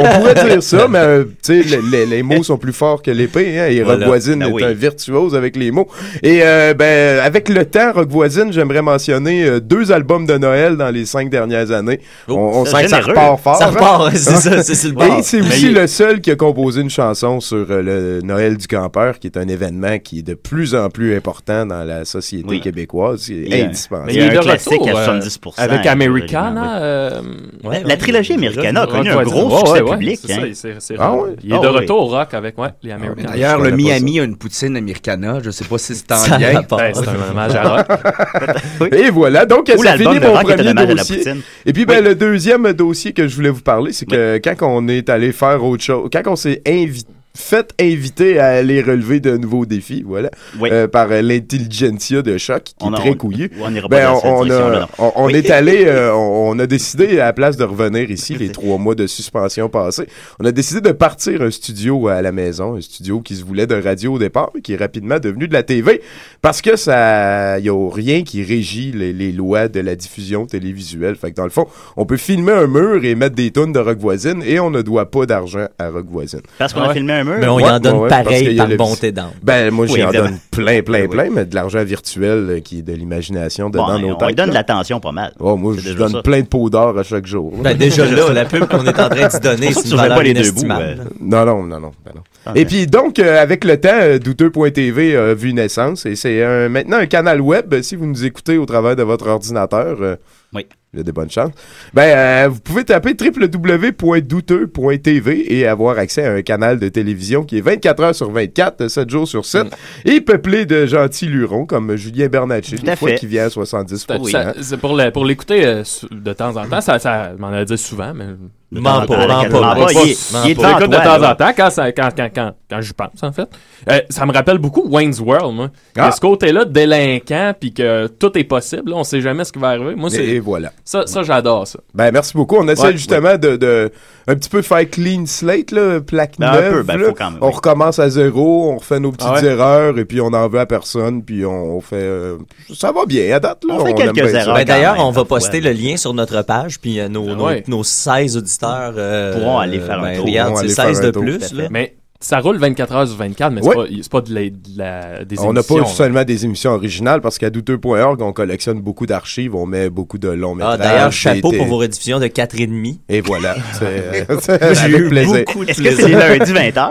J: on pourrait dire ça, mais euh, tu sais, le- le- les mots sont plus forts que l'épée. Hein, et
F: Voilà.
J: Rock Voisine
F: Ben
J: est
F: oui.
J: un virtuose avec les mots. Et euh, ben, avec le temps, Rock Voisine, j'aimerais mentionner euh, deux albums de Noël dans les cinq dernières années. on on
K: c'est
J: sent que ça
K: généreux.
J: repart fort.
K: Ça
J: hein.
K: repart, c'est ça, c'est sur le bord.
J: Et c'est
K: Mais
J: aussi
K: il-
J: le seul qui a composé une chanson sur euh, le Noël du campeur, qui est un événement qui est de plus en plus important dans la société québécoise. C'est
F: Il y a-
J: indispensable.
F: mais il y a Il y a un un classique retour, à euh, 70%,
I: Avec
F: hein,
I: Americana. euh,
F: Ouais, la trilogie Americana a Ah, connu un
I: Rock
F: gros
I: Voisine.
F: succès
I: Ouais, ouais,
F: public,
I: c'est
F: hein.
I: ça, il s'est- c'est-
F: Ah ouais?
I: Il est
F: Ah
I: de
F: ouais. Ah
I: retour au rock avec ouais, les Americana.
L: [LAUGHS] D'ailleurs, le Miami a une poutine americana. Je sais pas si c'est en
I: Ça
L: lien.
F: Ah
I: rapporte. Ben, c'est un hommage
F: [LAUGHS]
I: à Rock.
J: Et voilà, donc
L: Ou
J: ça
L: l'album
J: finit
L: de
J: mon
L: rock est un hommage
J: premier
L: à la
J: dossier.
L: poutine.
J: Et puis ben, le deuxième dossier que je voulais vous parler, c'est que quand on est allé faire autre chose, quand on s'est invi- fait inviter à aller relever de nouveaux défis, voilà, euh, par euh, l'intelligentsia de choc qui
F: On
J: est
F: a-
J: très
F: on-
J: couillu.
F: on ira pas
J: ben,
F: dans cette
J: on, on a-
F: direction-là, non.
J: on- on
F: Oui. [LAUGHS]
J: est allé, euh, on, on a décidé à la place de revenir ici les trois mois de suspension passés, on a décidé de partir un studio à la maison, un studio qui se voulait de radio au départ, mais qui est rapidement devenu de la TV parce que ça, y a rien qui régit les, les lois de la diffusion télévisuelle. Fait que dans le fond, on peut filmer un mur et mettre des tunes de Rock Voisine et on ne doit pas d'argent à Rock Voisine.
F: Parce qu'on a filmé un mur.
K: Mais on y
J: Ouais,
K: en donne
J: ouais, ouais, parce qu'il
K: pareil
J: y a
K: par
J: le-
K: bonté d'âme.
J: Ben, moi,
K: Oui,
J: j'en
K: évidemment.
J: donne plein, plein,
K: Oui,
J: plein, mais de l'argent virtuel euh, qui est de l'imagination dedans
F: Ben Bon,
J: nos
F: on lui
J: têtes,
F: donne de
J: là.
F: l'attention pas mal.
J: Oh, moi, je
F: déjà
J: donne
F: ça.
J: plein de pots d'or à chaque jour.
K: Ben, déjà là, la pub qu'on est en train de se donner,
J: C'est
K: c'est une
J: pour ça que tu vois
K: valeur
J: pas les deux
K: inestimable.
J: bouts, euh. Non, non, non, non. ben non.
K: Ah,
J: Et
K: ouais.
J: puis donc, euh, avec le temps, euh, douteux.tv euh, a vu naissance et c'est un- maintenant un canal web. Si vous nous écoutez au travers de votre ordinateur, euh,
F: Oui.
J: Il y a des bonnes chances. Ben, euh, vous pouvez taper www.douteux.tv et avoir accès à un canal de télévision qui est 24 heures sur 24, 7 jours sur 7, et peuplé de gentils lurons comme Julien Bernatchez,
I: Mm. à
J: des fois
I: fait.
J: qui vient à 70
I: Ça-
F: hein.
I: ça- c'est pour le- pour l'écouter euh, sou- de temps en temps, ça, ça m'en a dit souvent, mais.
K: De Mens temps pas, en temps, mens
I: Je
K: pas, mens pas. Il est-
I: je
K: il est devant
I: l'écoute de
K: toi,
I: temps
K: là.
I: en temps quand, ça- quand, quand, quand, quand j'y pense, en fait. Euh, ça me rappelle beaucoup Wayne's World, moi. Il y a
K: Ah.
I: ce côté-là de délinquant, puis que tout est possible, là, on sait jamais ce qui va arriver. Moi, c'est.
J: Et voilà.
I: Ça, ça j'adore ça.
J: Ben, merci beaucoup. On essaie
I: Ouais,
J: justement de, de un petit peu faire clean slate, là, plaque
I: Ben, un
J: neuve.
I: peu, ben,
J: là.
I: faut quand même,
J: on recommence à zéro, on refait nos petites
F: Ah ouais?
J: erreurs, et puis on en veut à personne, puis on, on fait... euh, ça va bien, à date, là.
F: On fait
J: aime bien ça.
K: Ben, D'ailleurs, on va poster le lien sur notre page, puis euh, nos, nos-
I: ouais.
K: nos 16 auditeurs euh,
I: Pourront aller faire un
K: ben,
I: tour.
K: Regarde,
I: Pourront
K: c'est
I: aller faire
K: 16
I: un
K: de
I: tour,
K: plus.
I: tout à
K: là.
I: fait. Mais ça roule 24 heures sur 24, mais c'est
J: Ouais.
I: pas, c'est pas de la, de la- des
J: on n'a
I: émissions.
J: pas seulement des émissions originales parce qu'à douteux.org, on collectionne beaucoup d'archives, on met beaucoup de longs métrages.
K: Ah, D'ailleurs, chapeau
J: des-
K: pour vos rediffusions de 4,5. [LAUGHS]
J: Et voilà. C'est
K: Moi,
J: c'est
K: j'ai
J: [LAUGHS] avec
K: eu
J: plaisir.
K: beaucoup de
F: Est-ce que c'est lundi 20h?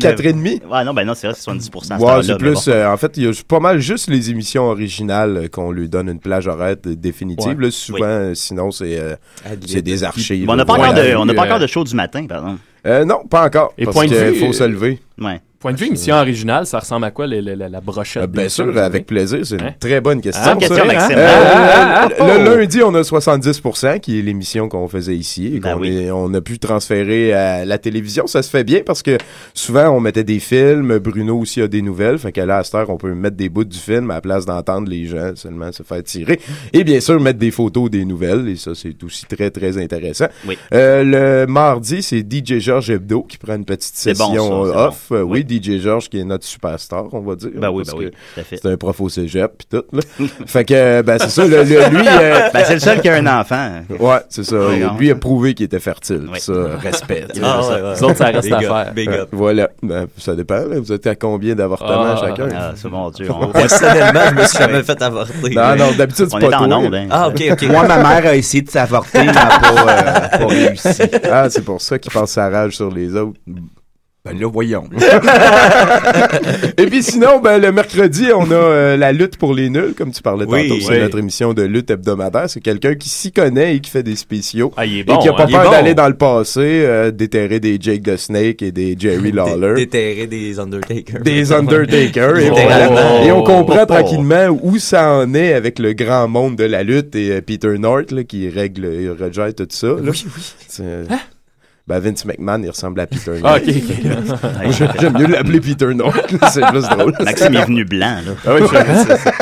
J: Quatre et demi?
F: Ouais, non, ben non, c'est vrai, c'est 70% à cette
J: Ouais,
F: heure-là,
J: c'est
F: mais
J: plus.
F: bon.
J: euh, en fait, il y a ju- pas mal juste les émissions originales euh, qu'on lui donne une plage horaire d- définitive.
F: Ouais.
J: là. souvent, euh, sinon, c'est euh,
F: Ad-lib.
J: c'est des archives.
F: Bon, on n'a pas, encore de- on n'a pas encore de
J: choses.
F: show du matin, pardon.
J: non, pas encore.
I: Et
J: parce
I: point de
J: que
I: vue,
J: faut se
I: euh,
J: lever.
F: Ouais.
I: Point de vue, émission originale, ça ressemble à quoi la, la- la- la brochette
J: Bien
I: d'émissions
J: Euh, ben sûr,
I: que vous
J: avec
I: avez?
J: plaisir. C'est
I: Hein?
J: une très bonne question.
I: Ah, question
J: ça.
I: d'acceptance.
J: Euh,
I: Ah, ah,
J: le
I: oh.
J: lundi, on a 70 qui est l'émission qu'on faisait ici
F: Ben
J: et qu'on est- on a pu transférer à la télévision. Ça se fait bien parce que souvent, on mettait des films. Bruno aussi a des nouvelles. Fait que là, à cette heure, on peut mettre des bouts du film à la place d'entendre les gens seulement se faire tirer. Et bien sûr, mettre des photos des nouvelles. Et ça, c'est aussi très, très intéressant.
F: Oui.
J: Euh, le mardi, c'est DJ Georges Hebdo qui prend une petite
F: C'est bon,
J: session
F: ça, c'est
J: off. Euh, oui, DJ Georges qui est notre superstar, on va dire.
F: Ben oui,
J: parce
F: ben oui,
J: que
F: tout à fait.
J: C'est un prof au cégep, puis tout. Là. [LAUGHS] fait que, ben c'est ça, le- le- lui...
F: [LAUGHS]
J: euh,
F: Ben, c'est le seul qui a un enfant.
J: Ouais, c'est ça.
F: Oui, non.
J: lui a prouvé qu'il était fertile. Ça, respect. tu sais,
F: Ah,
J: ça.
F: ouais, ouais. Les autres, ça reste Big à up, faire. [LAUGHS] big
J: Euh,
F: up.
J: [LAUGHS] Voilà. Ben, ça dépend. là. Vous êtes à combien d'avortements
F: Ah,
J: chacun?
F: ah, c'est mon Dieu, on-
K: Personnellement, je me suis jamais fait avorter.
J: Non, non, d'habitude, c'est
F: ah. On
J: pas
F: est en
J: toi.
F: onde, hein.
K: Ah, ok, ok.
L: Moi, ma mère a essayé de s'avorter, mais elle a pas, euh, pas
K: [LAUGHS]
L: réussi.
J: Ah, c'est pour ça qu'il pense sa rage sur les autres. Ben là, voyons. [LAUGHS] Et puis sinon, ben, le mercredi, on a euh, la lutte pour les nuls, comme tu parlais
K: Oui.
J: tantôt. C'est
K: Oui.
J: notre émission de lutte hebdomadaire. C'est quelqu'un qui s'y connaît et qui fait des spéciaux.
I: est
J: et
I: bon,
J: qui a pas
I: hein, il est
J: peur
I: bon.
J: d'aller dans le passé, euh, déterrer des Jake the Snake et des Jerry Lawler.
K: Déterrer des Undertaker.
J: Des Undertaker. et,
K: Oh.
J: voilà. Et on comprend
K: Oh.
J: tranquillement où ça en est avec le grand monde de la lutte et euh, Peter North là, qui règle et rejette tout ça. là. C'est, euh, Ben Vince McMahon, il ressemble à Peter North.
I: Ah, ok, ok.
J: [LAUGHS] Moi, j'ai- J'aime mieux l'appeler Peter North, là, c'est plus drôle.
F: Maxime est venu blanc, là.
J: Ah oui, c'est- c'est ça.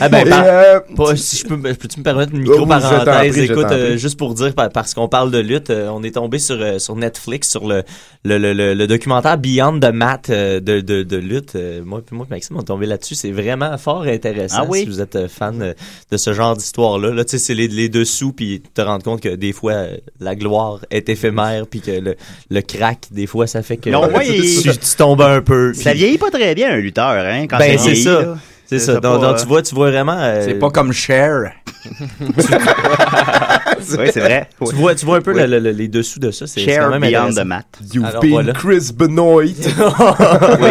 K: Ah ben,
J: Et,
K: par-
J: euh,
K: pas- si je peux, ben, peux-tu me permettre une
J: Oh, vous, je t'en prie,
K: micro-parenthèse?
J: je
K: Écoute,
J: t'en
K: euh,
J: prie.
K: juste pour dire, par- parce qu'on parle de lutte, euh, on est tombé sur, euh, sur Netflix, sur le, le, le, le- le documentaire Beyond the Mat euh, de, de, de lutte. Euh, moi, puis moi puis Maxime, on est tombé là-dessus. C'est vraiment fort intéressant
F: Ah oui?
K: si vous êtes euh, fan euh, de ce genre d'histoire-là. Là, tu sais, c'est les, les dessous, puis tu te rends compte que des fois, euh, la gloire est éphémère, puis que le, le crack, des fois, ça fait que
F: Mais au moins,
K: tu,
F: il-
K: tu tombes un peu.
F: Ça
K: puis-
F: vieillit pas très bien, un lutteur, hein, quand
K: ben,
F: ça
K: c'est
F: vieillit,
K: ça.
F: là.
K: C'est
F: pas,
K: ça. Donc, donc,
F: euh,
K: tu vois, tu vois vraiment. euh,
L: C'est pas comme Cher.
F: Oui, c'est
J: [LAUGHS]
F: vrai.
K: Tu vois, tu vois un peu
F: Oui.
K: le- le- le- les dessous de ça. C'est c'est
F: Share
K: quand même
F: Beyond
K: intéressant.
F: the Mat.
J: [LAUGHS] You've
K: Alors,
J: been
K: voilà.
J: Chris Benoit.
F: Oui,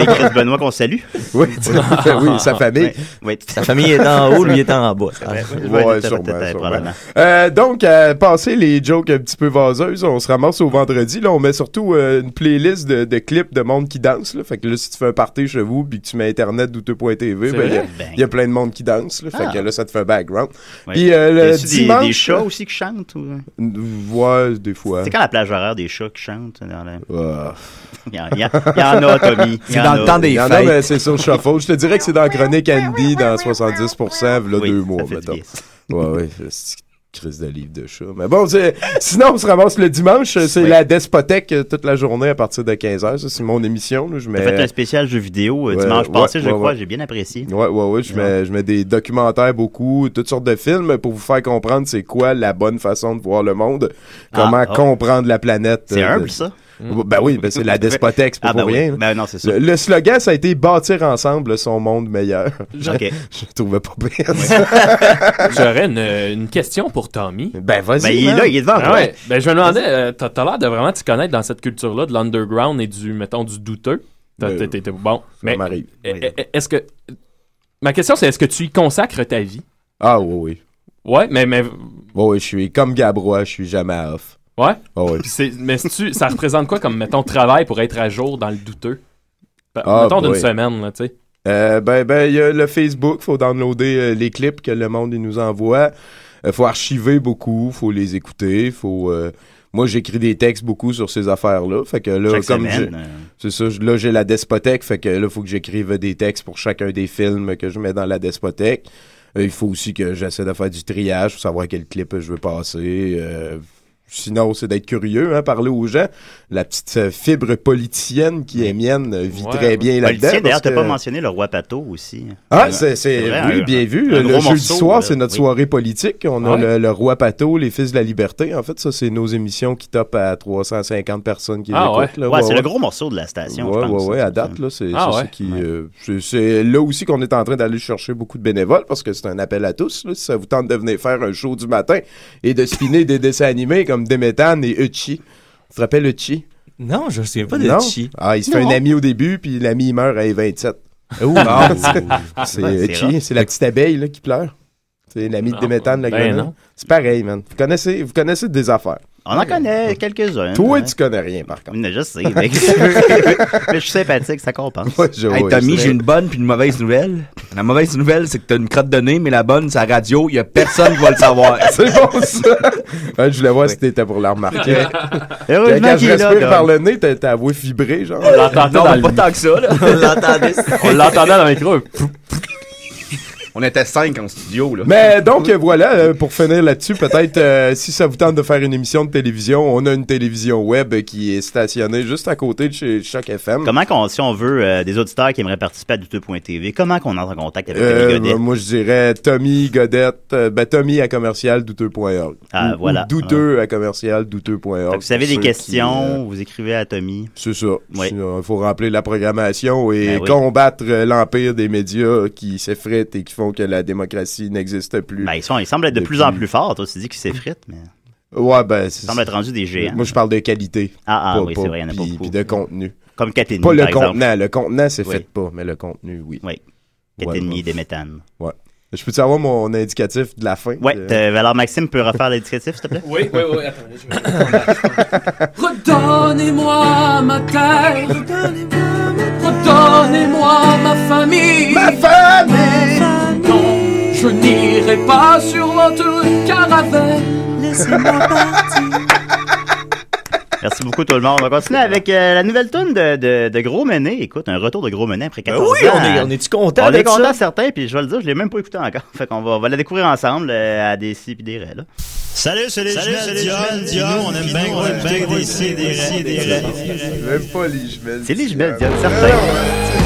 F: Chris Benoît qu'on salue.
J: Oui, tu- [LAUGHS] oui, sa famille.
F: Oui, oui.
K: Sa famille est en haut, lui est en bas.
J: [LAUGHS] Ouais, sûrement, sûrement. Euh, donc, à passer les jokes un petit peu vaseuses, on se ramasse au vendredi. Là, on met surtout euh, une playlist de, de clips de monde qui danse. Là. Fait que là, si tu fais un party chez vous puis que tu mets internet douteux.tv,
F: C'est
J: ben, il y a-
F: vrai? Ben.
J: il y, a plein de monde qui danse. Là. Fait
F: Ah.
J: que là, ça te fait background.
F: Ouais.
J: Puis euh, le
F: Y'a-tu des-
J: dimanche, euh, Hein?
F: des chats aussi qui chantent ou... euh?
J: Ouais, des fois.
F: C'est quand la plage horaire des chats qui chantent euh, dans la...
J: Ah.
F: Il y, en-
J: [LAUGHS]
F: il y en- il y en a, Tommy. Il y en a.
J: Il y en a, mais c'est sur Shuffle. Je te dirais que c'est dans Chronique Andy, dans 70%, v'là deux mois, mettons. Ouais, ouais, c'est crise de livre de chat. Mais bon, c'est- sinon, on se ramasse le dimanche. C'est la despothèque euh, toute la journée à partir de 15h. Ça, c'est mon émission. là. Je mets...
F: T'as fait un spécial jeu vidéo euh,
J: Ouais,
F: dimanche
J: ouais,
F: passé, je
J: ouais,
F: crois,
J: ouais.
F: j'ai bien apprécié.
J: Ouais, ouais, ouais. Je mets, je mets des documentaires beaucoup, toutes sortes de films pour vous faire comprendre c'est quoi la bonne façon de voir le monde,
F: Ah,
J: comment
F: ah.
J: comprendre la planète.
F: C'est
J: euh,
F: humble,
J: de-
F: ça?
J: Ben oui, ben c'est la despothèque, c'est pas
F: Ah, ben
J: pour
F: oui.
J: rien. là.
F: Ben non, c'est ça.
J: Le, le slogan, ça a été bâtir ensemble son monde meilleur. [LAUGHS]
F: Ok.
J: je trouvais pas pire.
I: J'aurais une, euh, une question pour Tommy.
J: Ben, vas-y, Ben, il est man. là, il est devant
I: Ah
J: toi.
I: ouais. Ben, je me demandais, euh, t'as t'as l'air de vraiment t'y connaître dans cette culture-là, de l'underground et du, mettons, du douteux. T'as-
J: Ben,
I: t'es- t'es- t'es- bon. Mais
J: m'arrive.
I: Eh, euh, euh, est-ce que. Ma question, c'est est-ce que tu y consacres ta vie?
J: Ah oui, oui.
I: Ouais, mais. mais...
J: ouais, je suis comme Gabrois, je suis jamais off.
I: Ouais?
F: [LAUGHS]
J: ouais.
I: Puis c'est- mais c'est-tu- ça représente quoi comme, mettons, travail pour être à jour dans le douteux? Ben,
J: Ah,
I: mettons d'une
J: boy.
I: semaine, là, tu [LAUGHS] sais.
J: Euh, ben, ben, il y a le Facebook, faut downloader euh, les clips que le monde il nous envoie. Euh, faut archiver beaucoup, faut les écouter, faut. euh, moi, j'écris des textes beaucoup sur ces affaires-là, fait que là,
F: Chaque
J: comme
F: semaine,
J: j'ai-
F: euh.
J: c'est ça, j- là j'ai la despothèque, fait que là, faut que j'écrive des textes pour chacun des films que je mets dans la despothèque. Euh, il faut aussi que j'essaie de faire du triage pour savoir quel clip euh, je veux passer. euh, Sinon, c'est d'être curieux, hein, parler aux gens. La petite euh, fibre politicienne qui est mienne euh, vit très bien là-dedans.
F: Politicien, D'ailleurs,
J: parce
F: t'as
J: que-
F: pas mentionné le roi Pato aussi.
J: ah,
F: Euh,
J: c'est, c'est,
F: vrai,
J: oui,
F: un-
J: bien vu.
F: un
J: le
F: gros
J: jeudi
F: morceau,
J: soir,
F: là.
J: c'est notre
F: Oui.
J: soirée politique. On
F: Ah
J: a
F: ouais?
J: le, le Roi Pato, les Fils de la Liberté. En fait, ça, c'est nos émissions qui topent à 350 personnes qui
F: Ah
J: écoutent.
F: ouais.
J: là.
F: Ouais, c'est le gros morceau de la station,
J: Ouais,
F: je pense,
J: ouais, ouais,
F: ça,
J: à date, là, c'est,
F: Ah
J: c'est ça
F: ouais?
J: qui, euh, c'est- c'est là aussi qu'on est en train d'aller chercher beaucoup de bénévoles parce que c'est un appel à tous. là. Si ça vous tente de venir faire un show du matin et de spinner des dessins animés comme Demetan et Uchi. Tu te rappelles Uchi?
K: Non, je ne souviens pas de
J: Non?
K: Chi.
J: Ah, il se fait
K: Non.
J: un ami au début, puis l'ami il meurt à 27.
K: Ouh.
J: Ah, c'est- c'est
K: Ouais, c'est
J: euh,
K: rare.
J: chi, c'est la petite abeille là, qui pleure. C'est l'ami de
F: Non,
J: Déméthane, la
F: ben
J: grenouille.
F: non.
J: C'est pareil, man. Vous connaissez, vous connaissez des affaires.
F: On en connaît quelques-uns.
J: Toi,
F: hein.
J: tu connais rien, par contre.
F: Je
J: [LAUGHS]
F: sais, mec. Mais je suis sympathique, ça compense.
L: Hey, Tommy, j'ai une bonne puis une mauvaise nouvelle. La mauvaise nouvelle, c'est que t'as une crotte de nez, mais la bonne, c'est la radio, y a personne qui va le [LAUGHS] savoir.
J: [LAUGHS] c'est bon, ça! Ouais, je voulais voir si t'étais pour la remarquer. euh,
L: Heureusement
J: Quand
L: qu'il
J: je
L: est là,
J: respire
L: Dom.
J: par le nez, t'as t'as la voix vibrée, genre.
I: On l'entendait
J: Non,
I: dans
J: mais
I: le
J: pas
L: tant que ça, là. [LAUGHS] On l'entendait.
I: On l'entendait dans le micro.
L: On était cinq en studio, là.
J: Mais donc euh, voilà, euh, pour finir là-dessus, peut-être euh, si ça vous tente de faire une émission de télévision, on a une télévision web qui est stationnée juste à côté de chez Choc FM.
F: Comment qu'on, si on veut euh, des auditeurs qui aimeraient participer à douteux.tv, comment qu'on entre en contact avec
J: Euh,
F: Tommy Godet?
J: ben, moi, je dirais Tommy Godette, euh, ben, Tommy à commercial douteux.org.
F: Ah,
J: Ou-
F: voilà.
J: ou douteux à commercial douteux.org.
F: Fait que vous avez des
J: Pour ceux qui,
F: questions,
J: euh,
F: vous écrivez à Tommy.
J: C'est ça. Sinon, Il faut remplir la programmation et
F: Ben oui.
J: combattre euh, l'empire des médias qui s'effritent et qui font que la démocratie n'existe plus.
F: Ben, ils, sont, ils semblent être de plus en plus forts. Toi, tu dis qu'ils s'effritent, mais
J: Ouais, ben, c'est
F: ils semblent être rendus des géants.
J: Moi, je parle de qualité.
F: Ah, ah,
J: Pas-
F: oui,
J: pas-
F: c'est vrai, il y en a pas
J: puis-
F: beaucoup.
J: Puis de contenu.
F: Comme Cathénie,
J: Pas le
F: par exemple.
J: contenant. Le contenant, c'est
F: Oui.
J: fait pas, mais le contenu, oui.
F: Oui. Cathénie et des méthanes.
J: Ouais. Je peux-tu avoir mon indicatif de la fin?
F: Ouais,
J: de-
F: euh, alors Maxime peut refaire l'éducatif, s'il te plaît?
I: Oui, oui, oui,
O: Redonnez-moi ma terre. Redonnez-moi ma famille. Ma famille. Non, je n'irai pas sur votre caravelle. Laissez-moi
F: Merci beaucoup tout le monde. On va continuer avec euh, la nouvelle tune de, de, de Gros Menet. Écoute, un retour de Gros Menet après 14
K: Ben oui,
F: ans.
K: on est- on est-tu content
F: On est
K: avec
F: content,
K: ça?
F: certain, puis je vais le dire, je l'ai même pas écouté encore. [LAUGHS] Fait qu'on va, on va la découvrir ensemble euh, à des si puis des raies, là.
P: Salut, c'est les jumelles Dion. Dion, on aime bien gros écouter des si, des ré, des ré.
J: Même pas les jumelles.
F: C'est les jumelles, Dion, certain.
K: Ah,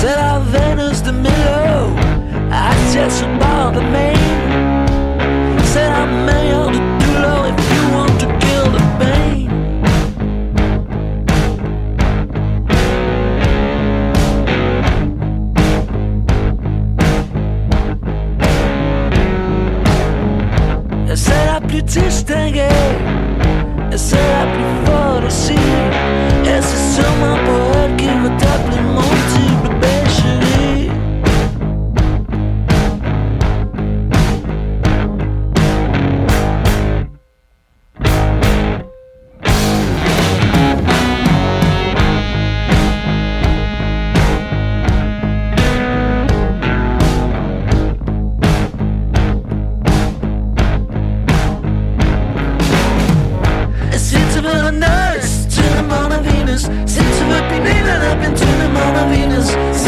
H: Said our Venice to Milo, I just about the main. Said I mail to Dulo if you want to kill the pain. C'est la plus distinguée, c'est la plus forte aussi, et c'est sûrement pour elle qu'il va t'appeler mon type de belle chérie. Si tu veux un nurse, tu demandes à Venus. Si tu veux Pinina, la peinture de mon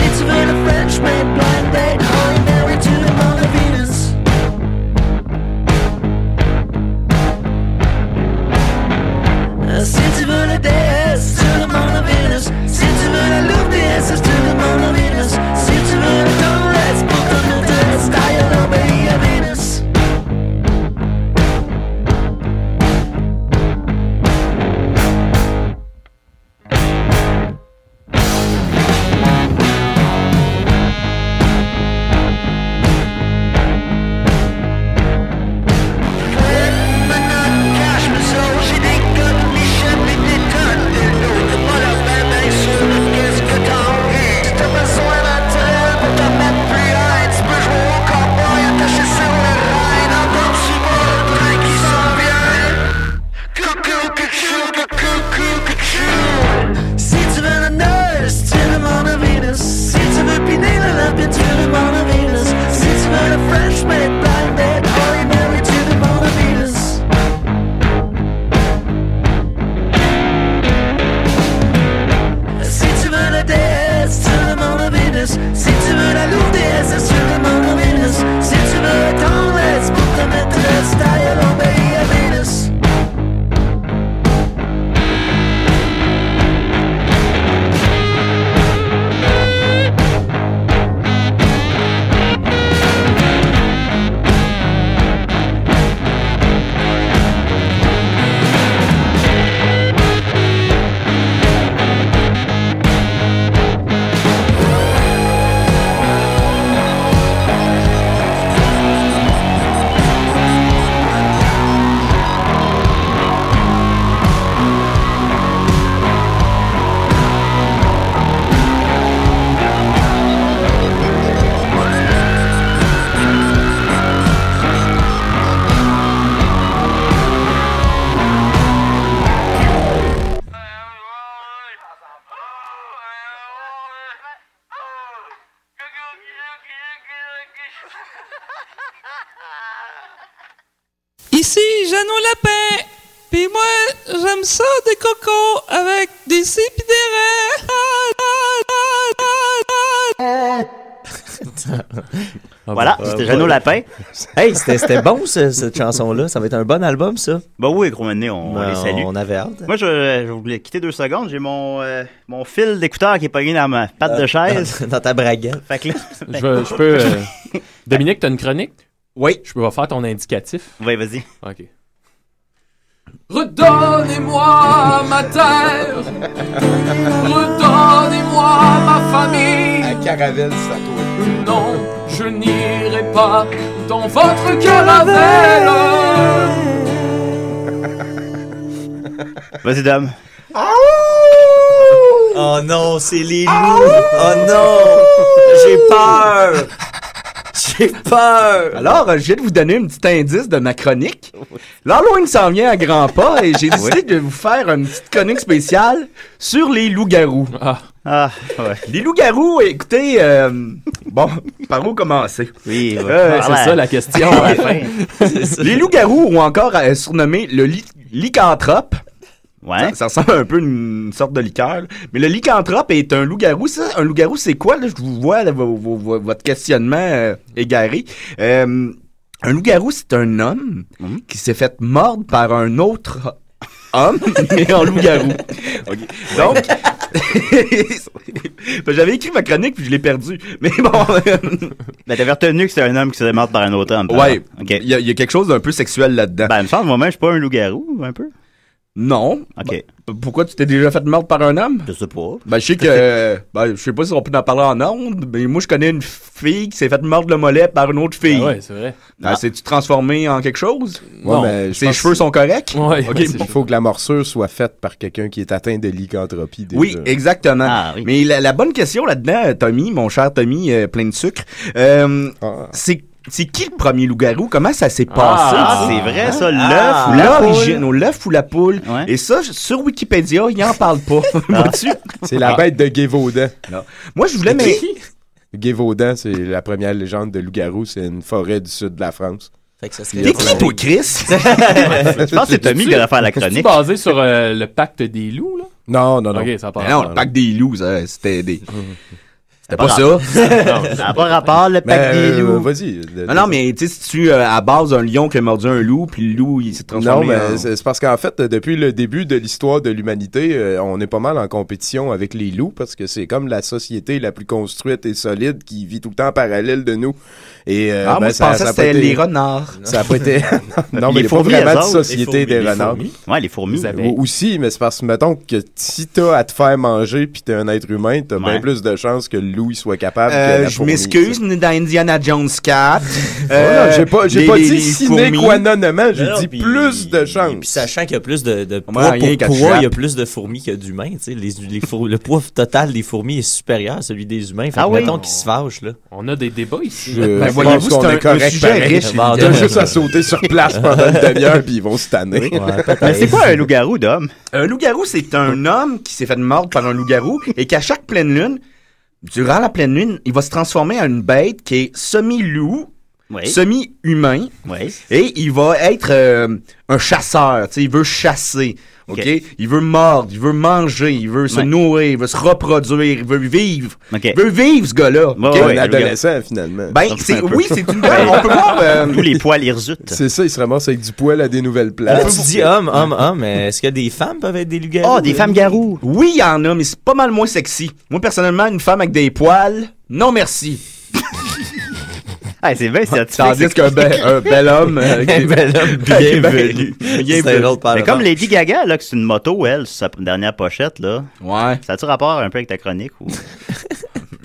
Q: Ici, Jeannot Lapin. Puis moi, j'aime ça des cocos avec des scies pis des raies.
K: bah,
F: Voilà, c'était Jeannot Lapin.
K: Hey, c'était c'était bon, ce- cette chanson-là. Ça va être un bon album, ça.
F: Bah oui, gros mané, on,
K: Ben,
F: les salue.
K: on avait hâte.
F: Moi, je, je voulais quitter deux secondes. J'ai mon, euh, mon fil d'écouteur qui est pogné dans ma patte
K: Ah.
F: de chaise.
K: Dans, ta braguette.
F: Fait que là, [LAUGHS]
I: Je, veux- je peux. euh, [LAUGHS] Dominique, t'as une chronique? Oui. Je peux faire ton indicatif?
F: Oui, vas-y.
I: OK.
O: Redonnez-moi ma terre, redonnez-moi ma famille.
J: Caravelle, ça
O: Non, je n'irai pas dans votre caravelle.
F: Vas-y, Dom.
K: Oh non, c'est les loups. Oh non, j'ai peur.
L: J'ai peur! Alors, euh, je viens de vous donner un petit indice de ma chronique. L'Halloween s'en vient à grands pas et
F: [LAUGHS]
L: j'ai décidé de vous faire une petite chronique spéciale sur les loups-garous.
I: Ah.
L: Les loups-garous, écoutez, euh, [LAUGHS] bon, par où commencer?
F: Oui,
I: Ah, c'est ça, la question, à la fin.
L: les loups-garous ou encore euh, surnommé le li- lycanthrope.
J: Hein?
F: Ouais.
L: Ça, ça ressemble un peu à une sorte de liqueur. là. Mais le lycanthrope est un loup-garou. Ça, un loup-garou, c'est quoi? Là? Je vous vois là, vo- vo- vo- votre questionnement euh, égaré. Euh, un loup-garou, c'est un homme
J: Mhm.
L: qui s'est fait mordre par un autre homme, [LAUGHS] mais en
J: [LAUGHS]
L: loup-garou. Ok. Donc, [LAUGHS] ben, j'avais écrit ma chronique puis je l'ai perdue. Mais bon.
F: Ben, t'avais retenu que c'était un homme qui se mort par un autre homme.
L: Ouais.
F: Il
L: y, a quelque chose d'un peu sexuel là-dedans.
F: Ben, il me semble, moi-même, je suis pas un loup-garou, un peu.
L: Non.
F: OK.
L: Ben, pourquoi tu t'es déjà fait mordre par un homme?
F: Je sais pas.
L: Ben, je sais
K: [LAUGHS]
L: que. ben, je sais pas si on peut en parler en ondes, mais moi, je connais une fille qui s'est faite mordre le mollet par une autre fille.
I: Ah ouais, c'est vrai.
L: Ben, s'est-tu transformée en quelque chose?
J: Ouais, mais je
L: Ses
J: pense-
L: cheveux sont corrects? Ok,
J: il
L: bon.
J: faut que la morsure soit faite par quelqu'un qui est atteint de lycanthropie. Déjà.
K: Euh,
L: Oui, exactement.
F: Ah,
L: Mais la, la bonne question là-dedans, euh, Tommy, mon cher Tommy, euh, plein de sucre, euh,
J: Ah.
L: c'est c'est qui le premier loup-garou? Comment ça s'est passé?
F: ah,
L: dis-
F: c'est vrai, ça, l'œuf
L: Ah,
F: ou la
L: l'origine, ou l'œuf ou la poule. Et ça, je- sur Wikipédia, il en parle pas. Vois-tu?
J: C'est la
L: Ah.
J: bête de Gévaudan.
L: Moi, je voulais... mais-
J: Gévaudan, c'est la première légende de loup-garou. C'est une forêt du sud de la
L: [LAUGHS]
J: France.
K: Fait que ça
I: serait- T'es qui, toi,
L: Chris?
J: je
I: pense que c'est Tommy qui va faire la chronique.
J: C'est
I: basé sur euh, le pacte des loups, là?
J: Non, Ah, non, non.
I: Ok, ça part.
L: Mais Ah non, le pacte des loups, ça, c'était des... C'était
I: Pas
L: pas
I: grave.
L: ça.
I: Non, ça n'a pas rapport,
J: Ben,
I: le
L: Mais,
I: pacte des
L: euh,
I: loups.
J: Vas-y. le-
L: Non, non, mais tu sais, si tu euh, à base un lion qui a mordu un loup, puis le loup, il s'est
J: Non,
L: transformé
J: mais
L: en...
J: c'est c'est parce qu'en fait, depuis le début de l'histoire de l'humanité, euh, on est pas mal en compétition avec les loups parce que c'est comme la société la plus construite et solide qui vit tout le temps en parallèle de nous. Et, euh,
L: Ah,
J: ben,
L: moi, je
J: ça-
L: pensais
J: ça
L: que
J: a pas
L: c'était
J: été-
L: les renards.
J: Ça a pas été. non,
F: Les
J: mais il n'y a pas
F: fourmis, elles
J: vraiment
F: autres.
J: de
F: Les
J: société
F: fourmis,
J: des
F: les
J: renards.
F: fourmis. Ouais, les fourmis. Les
K: Ben
F: abeilles.
J: Ou- Aussi, mais c'est parce que, mettons, que si t'as à te faire manger puis t'es un être humain, t'as bien plus de chances que le loup il soit capable
L: Euh,
J: que la
L: je
J: fourmi.
L: m'excuse, on est dans Indiana Jones
J: [LAUGHS]
L: 4.
K: Euh,
J: Voilà, j'ai pas, j'ai
L: les-
J: pas
L: les-
J: dit
L: les
J: sine
L: fourmis.
J: qua non aiment, j'ai
K: Non,
J: dit
K: puis-
J: plus de chances.
K: Puis sachant qu'il y a plus de, de
J: Moi,
K: poids
J: rien
K: pour
J: qu'à
K: poids,
J: Shrap.
K: il y a plus de fourmis que d'humains. tu sais. Les, les four- le poids total des fourmis est supérieur à celui des humains. Fait
I: Ah
K: que
I: oui.
K: mettons qu'ils se fâchent. Là.
I: On a des débats ici.
J: Je
K: Ben,
J: pense qu'on est correct pareil. Ils ont
K: hein.
J: juste à sauter sur place pendant une demi-heure puis ils vont se tanner.
L: Mais c'est quoi
F: un loup-garou d'homme?
L: Un loup-garou, c'est un homme qui s'est fait mordre par un loup-garou et qu'à chaque pleine lune, durant la pleine lune, il va se transformer en une bête qui est semi-loup,
F: Oui.
L: semi-humain.
F: Oui.
L: Et il va être euh, un chasseur, tu sais, il veut chasser. OK? Il veut mordre, il veut manger, il veut se
F: Ouais.
L: nourrir, il veut se reproduire, il veut vivre.
F: OK.
L: Il veut vivre, ce gars-là.
F: Ouais,
L: OK?
F: ouais, ouais, Un adolescent,
J: loup-garou. finalement.
L: Ben,
J: Un
L: c'est,
J: peu.
L: oui, c'est une belle. on peut voir. euh,
F: Tous les poils hirzutent.
J: C'est ça, ils se ramassent avec du poil à des nouvelles
K: Là,
J: places.
K: tu dis ah, homme, homme, homme, mais est-ce que des femmes peuvent être des loups-garous?
L: Ah, des femmes garous. Oui, il y en a, mais c'est pas mal moins sexy. Moi, personnellement, une femme avec des poils, non merci.
F: Ah, c'est bien scientifique.
L: Tandis qu'un
I: [LAUGHS]
L: be- un bel homme,
J: Ah,
L: euh,
K: [LAUGHS] Un bel
L: [LAUGHS]
K: homme,
L: Ben, ben,
K: bienvenu.
L: bienvenu.
K: C'est un autre
F: Mais
K: parlement.
F: comme Lady Gaga, là, que c'est une moto, elle, sur sa dernière pochette, là.
L: Ouais.
F: Ça a-tu rapport un peu avec ta chronique ou.
L: [LAUGHS]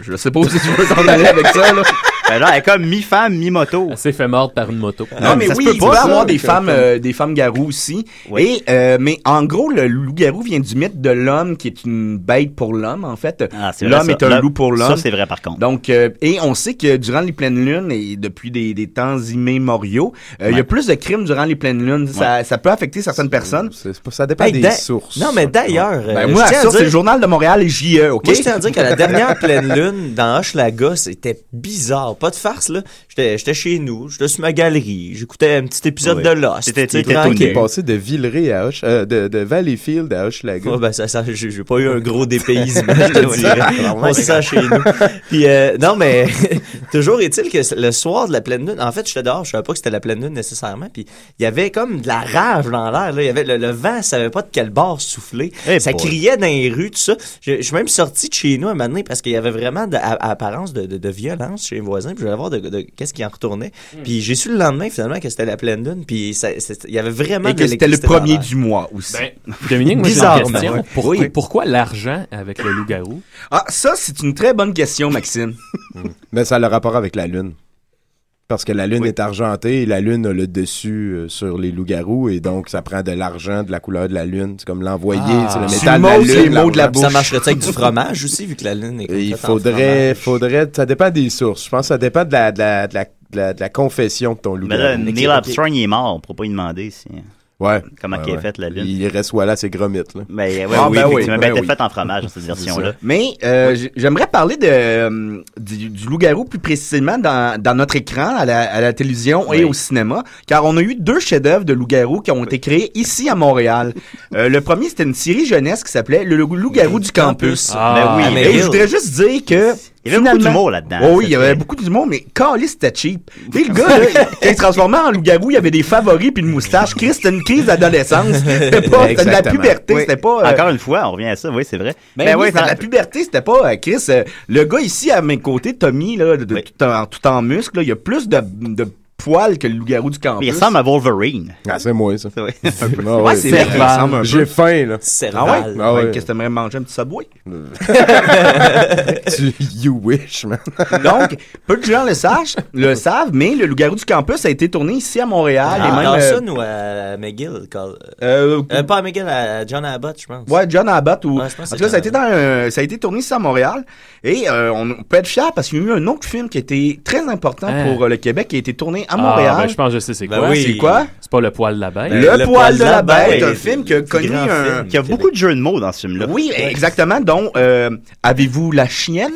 L: Je sais pas si tu veux t'en aller avec ça, là.
F: Ben là, elle est comme mi-femme, mi-moto.
I: Elle s'est fait mordre par une moto.
L: Non, mais
F: ça se
L: Eh oui,
F: peut
L: il
F: pas,
L: peut
F: ça,
L: avoir des
F: que-
L: femmes, euh, des femmes garous aussi. Et, euh, mais en gros, le loup-garou vient du mythe de l'homme qui est une bête pour l'homme, en fait.
F: Ah, c'est vrai,
L: Eh, L'homme
F: ça.
L: est un
F: L'homme-
L: loup pour l'homme.
F: ça, c'est vrai, par contre.
L: Donc, euh, et on sait que durant les pleines lunes et depuis des, des temps immémoriaux, euh, il y
K: Ouais.
L: a plus de crimes durant les pleines lunes. Ça, ça peut affecter certaines personnes.
J: ça dépend
K: Hey, d'a- Non, mais d'ailleurs. euh,
L: Ben, moi,
K: je
L: la
K: tiens à
L: source,
K: dire-
L: c'est le Journal de Montréal et JE, OK?
K: Moi, je tiens à dire que la dernière pleine lune dans Hochelaga, c'était bizarre. pas de farce, là. J'étais j'étais chez nous, j'étais sur ma galerie, j'écoutais un petit épisode de Lost. tu sais,
J: qui est
K: tranquille.
J: passé de Villeray à Hoche, euh, de, de Valleyfield à Hochelaga.
K: Ouais, ben, ça, ça, j'ai j'ai pas eu un gros dépaysement, je
L: [LAUGHS]
K: te dirais. On se sent chez nous. Puis, euh, non, mais [LAUGHS] toujours est-il que le soir de la pleine lune, en fait, j'étais dehors, je savais pas que c'était la pleine lune nécessairement. Puis, il y avait comme de la rage dans l'air. là. Il y avait le, le vent, savait pas de quel bord souffler.
F: Eh
K: ça
F: boy.
K: criait dans les rues, tout ça. Je, je suis même sorti de chez nous un moment donné parce qu'il y avait vraiment de, à- à apparence de, de- de violence chez les voisins. Puis, je voulais voir de, de- qu'est-ce qui en retournait. Puis, j'ai su le lendemain, finalement, que c'était la pleine lune. Puis, ça- c'est- il y avait vraiment
L: Et
K: de
L: que c'était le
K: l'électricité dans
L: premier
K: l'air.
L: du mois aussi.
K: Ben,
I: Euh, Dominique, moi, j'ai une
L: Bizarrement,
I: question.
L: ouais.
I: Pour-
L: Oui.
I: Pourquoi l'argent avec le loup-garou?
L: Ah, ça, c'est une très bonne question, Maxime.
J: Mais ça a le rapport avec la Lune. Parce que la Lune est argentée et la Lune a le dessus euh, sur les loups-garous et donc ça prend de l'argent de la couleur de la Lune. C'est comme l'envoyer,
K: Ah.
J: c'est le
K: Tu
J: métal de la
K: m'oses les
J: Lune.
K: mots de la
J: l'argent.
K: bouche. Ça marcherait-tu avec du fromage aussi, vu que la Lune est
J: Et Il
K: faite en
J: faudrait, faudrait, ça dépend des sources. Je pense que ça dépend de la, de la, de la, de la- de la confession de ton
F: Mais Ben
L: euh,
F: là,
J: loup-garou.
F: Neil Armstrong, il est mort. On pourra pas lui demander si... euh,
J: Ouais.
F: Comment
J: Ouais,
F: qu'elle
J: ouais.
F: est faite, la Lune.
J: Il reste voilà ses gromites. Là.
F: Ben,
L: Ah,
F: ouais, oui, effectivement. Ben, elle était faite en fromage, dans cette
L: [LAUGHS]
F: version-là.
L: Mais euh, j'ai- j'aimerais parler de, euh, du, du loup-garou plus précisément dans, dans notre écran, à la, à la télévision et au cinéma, car on a eu deux chefs-d'œuvre de loup-garou qui ont été créés ici à Montréal. Euh, le premier, c'était une série jeunesse qui s'appelait Le Lou- loup-garou du campus.
F: Ah,
L: Ben
F: mais
L: Et
F: real.
L: je voudrais juste dire que.
F: Il y avait beaucoup d'humour là-dedans.
L: Oh oui, il y avait beaucoup d'humour, mais Carlis, c'était cheap. Tu sais, le gars, là,
I: [LAUGHS]
L: quand il se transformait en loup-garou, il avait des favoris puis une moustache. Chris, c'était une crise d'adolescence. C'était pas- c'était de la
F: Exactement.
L: puberté,
F: Oui.
L: c'était pas. euh,
F: Encore une fois, on revient à ça, oui, c'est vrai.
L: ben,
F: Ben
L: oui,
F: oui,
L: c'était
F: ça-
L: la puberté, c'était pas euh, Chris. euh, le gars ici à mes côtés, Tommy, là, de- de- tout, en, tout en muscle, là, il a plus de, de poils que le loup-garou du campus.
F: Mais il ressemble à Wolverine.
J: Ah, c'est moi, ça.
L: un peu.
J: [LAUGHS] Ah
L: ouais,
J: ouais.
L: c'est vrai, il
J: Cerval.
L: ressemble un peu.
J: J'ai faim, là.
L: Ah
J: Cerval.
L: ouais?
J: Ah ouais.
L: Qu'est-ce que t'aimerais manger? Un petit subway?
J: [LAUGHS] tu, you wish, man.
L: Donc, peu de gens le, sachent, le savent, mais le loup-garou du campus a été tourné ici à Montréal. et
K: à
L: même, euh,
K: Ah, Dawson ou à McGill? Carl?
L: Euh,
K: Euh, pas à McGill, à John Abbott, je pense.
L: Ouais, John Abbott. Ou...
K: Ouais, je pense que
L: en tout cas,
K: c'est
L: ça a, été dans un- Euh, ça a été tourné ici à Montréal. Et euh, on on peut être fier parce qu'il y a eu un autre film qui était très important
I: Hein?
L: pour euh, le Québec qui a été tourné à
I: Ah,
L: Montréal.
I: ben, je pense que je sais c'est
L: Ben
I: quoi.
L: oui. C'est quoi?
I: C'est pas le poil de la bête.
L: Le, poil, de la bête, un film qui a connu un...
F: Il Ah, y a beaucoup de jeux de mots dans ce film-là.
L: Oui, exactement, dont euh, Avez-vous la chienne?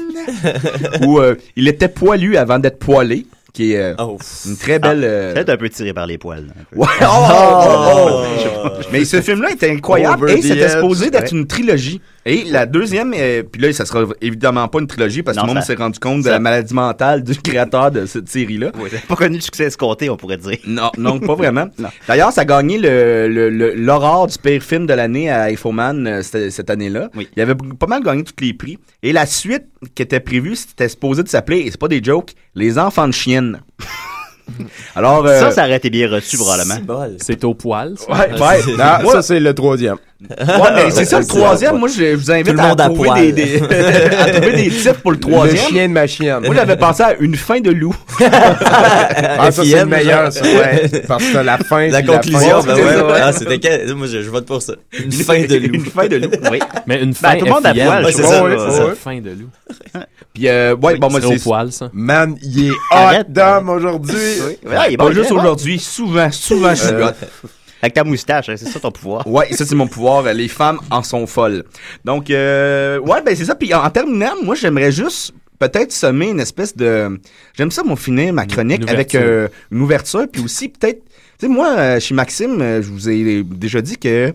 L: Ou euh, Il était poilu avant d'être poilé, qui est euh,
K: Oh,
L: une très belle...
K: Ah.
L: euh,
F: Peut-être un peu tiré par les poils. là, un peu.
L: Ouais, oh, oh, oh, oh. Mais ce film-là était incroyable
F: Over
L: et
F: the
L: c'était
F: edge.
L: supposé d'être
F: Ouais.
L: une trilogie. Et la deuxième, euh, puis là, ça sera évidemment pas une trilogie parce que
F: Non,
L: tout le monde
F: ça-
L: s'est rendu compte de
F: ça-
L: la maladie mentale du créateur de cette série-là.
F: Pas connu le succès escompté, on pourrait dire.
L: Non, non, pas vraiment. D'ailleurs, ça a gagné le- le- le- l'horreur du pire film de l'année à Infoman euh, cette, cette année-là. Il avait b- pas mal gagné tous les prix. Et la suite qui était prévue, c'était supposé de s'appeler, et c'est pas des jokes, Les enfants de chienne. [LAUGHS] Alors,
F: Ça,
L: euh,
F: ça aurait été bien reçu, probablement.
I: C'est au poil,
L: ça? Ouais, ouais. Moi-
J: Non, Ah, ça, c'est le troisième.
L: Ouais, mais c'est ça le troisième. Moi, je vous invite
J: Tout le
L: à,
J: monde à
L: trouver
J: poil.
L: des, des- [LAUGHS] à trouver des titres pour le troisième.
J: Le chien de ma chienne.
L: Moi, j'avais pensé à une fin de loup.
J: Ah, ça, c'est le meilleur, ça. Ouais. Parce que la fin,
K: La
J: c'est
K: conclusion, ben
J: fin.
K: ouais, ouais. Ah, c'était quel- Moi, je, je vote pour ça. Une fin de loup. Une
L: fin de [LAUGHS] loup, oui.
I: Mais
L: Ben,
I: une
K: fin
F: Ben,
I: fin
K: tout le monde à
I: FIM,
K: poil,
I: ouais,
K: je
I: c'est
K: pense.
I: ça,
K: Ouais,
I: ouais,
K: ouais,
I: c'est ça,
K: ouais.
I: fin de loup.
L: Puis, euh, ouais, bon, moi,
I: c'est au
L: c'est.
I: poil, ça.
J: Man, il est hot,
F: Arrête,
J: Dom, aujourd'hui.
F: Ouais, il est
L: Ah, Pas hein?
F: bon,
L: juste
F: il est bon.
L: aujourd'hui, souvent, souvent, je suis
F: Euh,
L: hot.
F: Avec ta moustache, hein, c'est ça ton pouvoir.
L: Ouais, ça c'est mon pouvoir. Les femmes en sont folles. Donc, euh, ouais, ben c'est ça. Puis en, en terminant, moi j'aimerais juste peut-être semer une espèce de. J'aime ça, mon finir ma chronique
J: Une
L: avec
J: ouverture.
L: euh, une ouverture. Puis aussi peut-être, tu sais, moi euh, chez Maxime, euh, je vous ai déjà dit que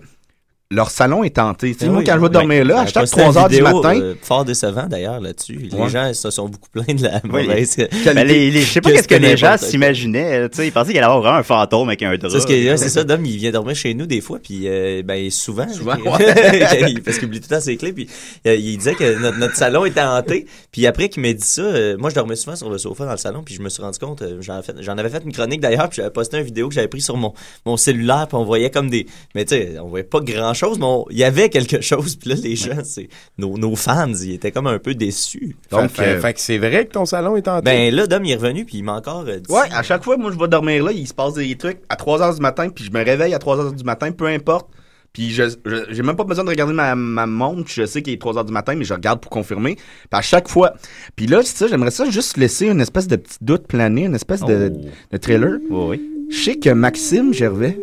L: leur salon est tenté. Tu sais,
K: Ben
L: moi
K: oui,
L: quand je vais
K: oui.
L: dormir là, à
K: Ben,
L: chaque
K: posté une
L: 3 heures du
K: vidéo,
L: matin.
K: euh, fort décevant d'ailleurs là-dessus. Les
L: Ouais.
K: gens se sont beaucoup plaints de la
F: Oui.
K: mauvaise.
F: Ben, les- les- je sais pas qu'est-ce que les gens
K: n'importe
F: s'imaginaient. euh, Tu sais, ils pensaient qu'il allait avoir vraiment un fantôme avec un drap.
K: C'est ce que- là, c'est ça, Dom, il vient dormir chez nous des fois, puis euh, ben, souvent, [LAUGHS]
F: ouais.
K: parce qu'il oublie tout le temps ses clés, puis euh, il disait que notre, notre salon était hanté, puis après qu'il m'ait dit ça, euh, moi je dormais souvent sur le sofa dans le salon, puis je me suis rendu compte, euh, j'en, fait- j'en avais fait une chronique d'ailleurs, puis j'avais posté une vidéo que j'avais prise sur mon, mon cellulaire, puis on voyait comme des... Mais tu sais, on voyait pas grand-chose, mais on- il y avait quelque chose, puis là, les gens, c'est, nos, nos fans, ils étaient comme un peu déçus.
J: Donc, fait, fait que c'est vrai que ton salon est en
K: euh, ben là, Dom, il est revenu, puis il m'a encore euh, dit...
L: Ouais, à chaque fois, moi, je vais dormir là, il se passe des trucs à 3 heures du matin, puis je me réveille à 3 heures du matin, peu importe. Puis je, je- j'ai même pas besoin de regarder ma, ma montre, je sais qu'il est 3 heures du matin, mais je regarde pour confirmer. Puis à chaque fois. Puis là, c'est ça, j'aimerais ça juste laisser une espèce de petit doute planer, une espèce de,
J: Oh.
L: de trailer.
F: Oui.
L: [LAUGHS] Je sais que Maxime Gervais,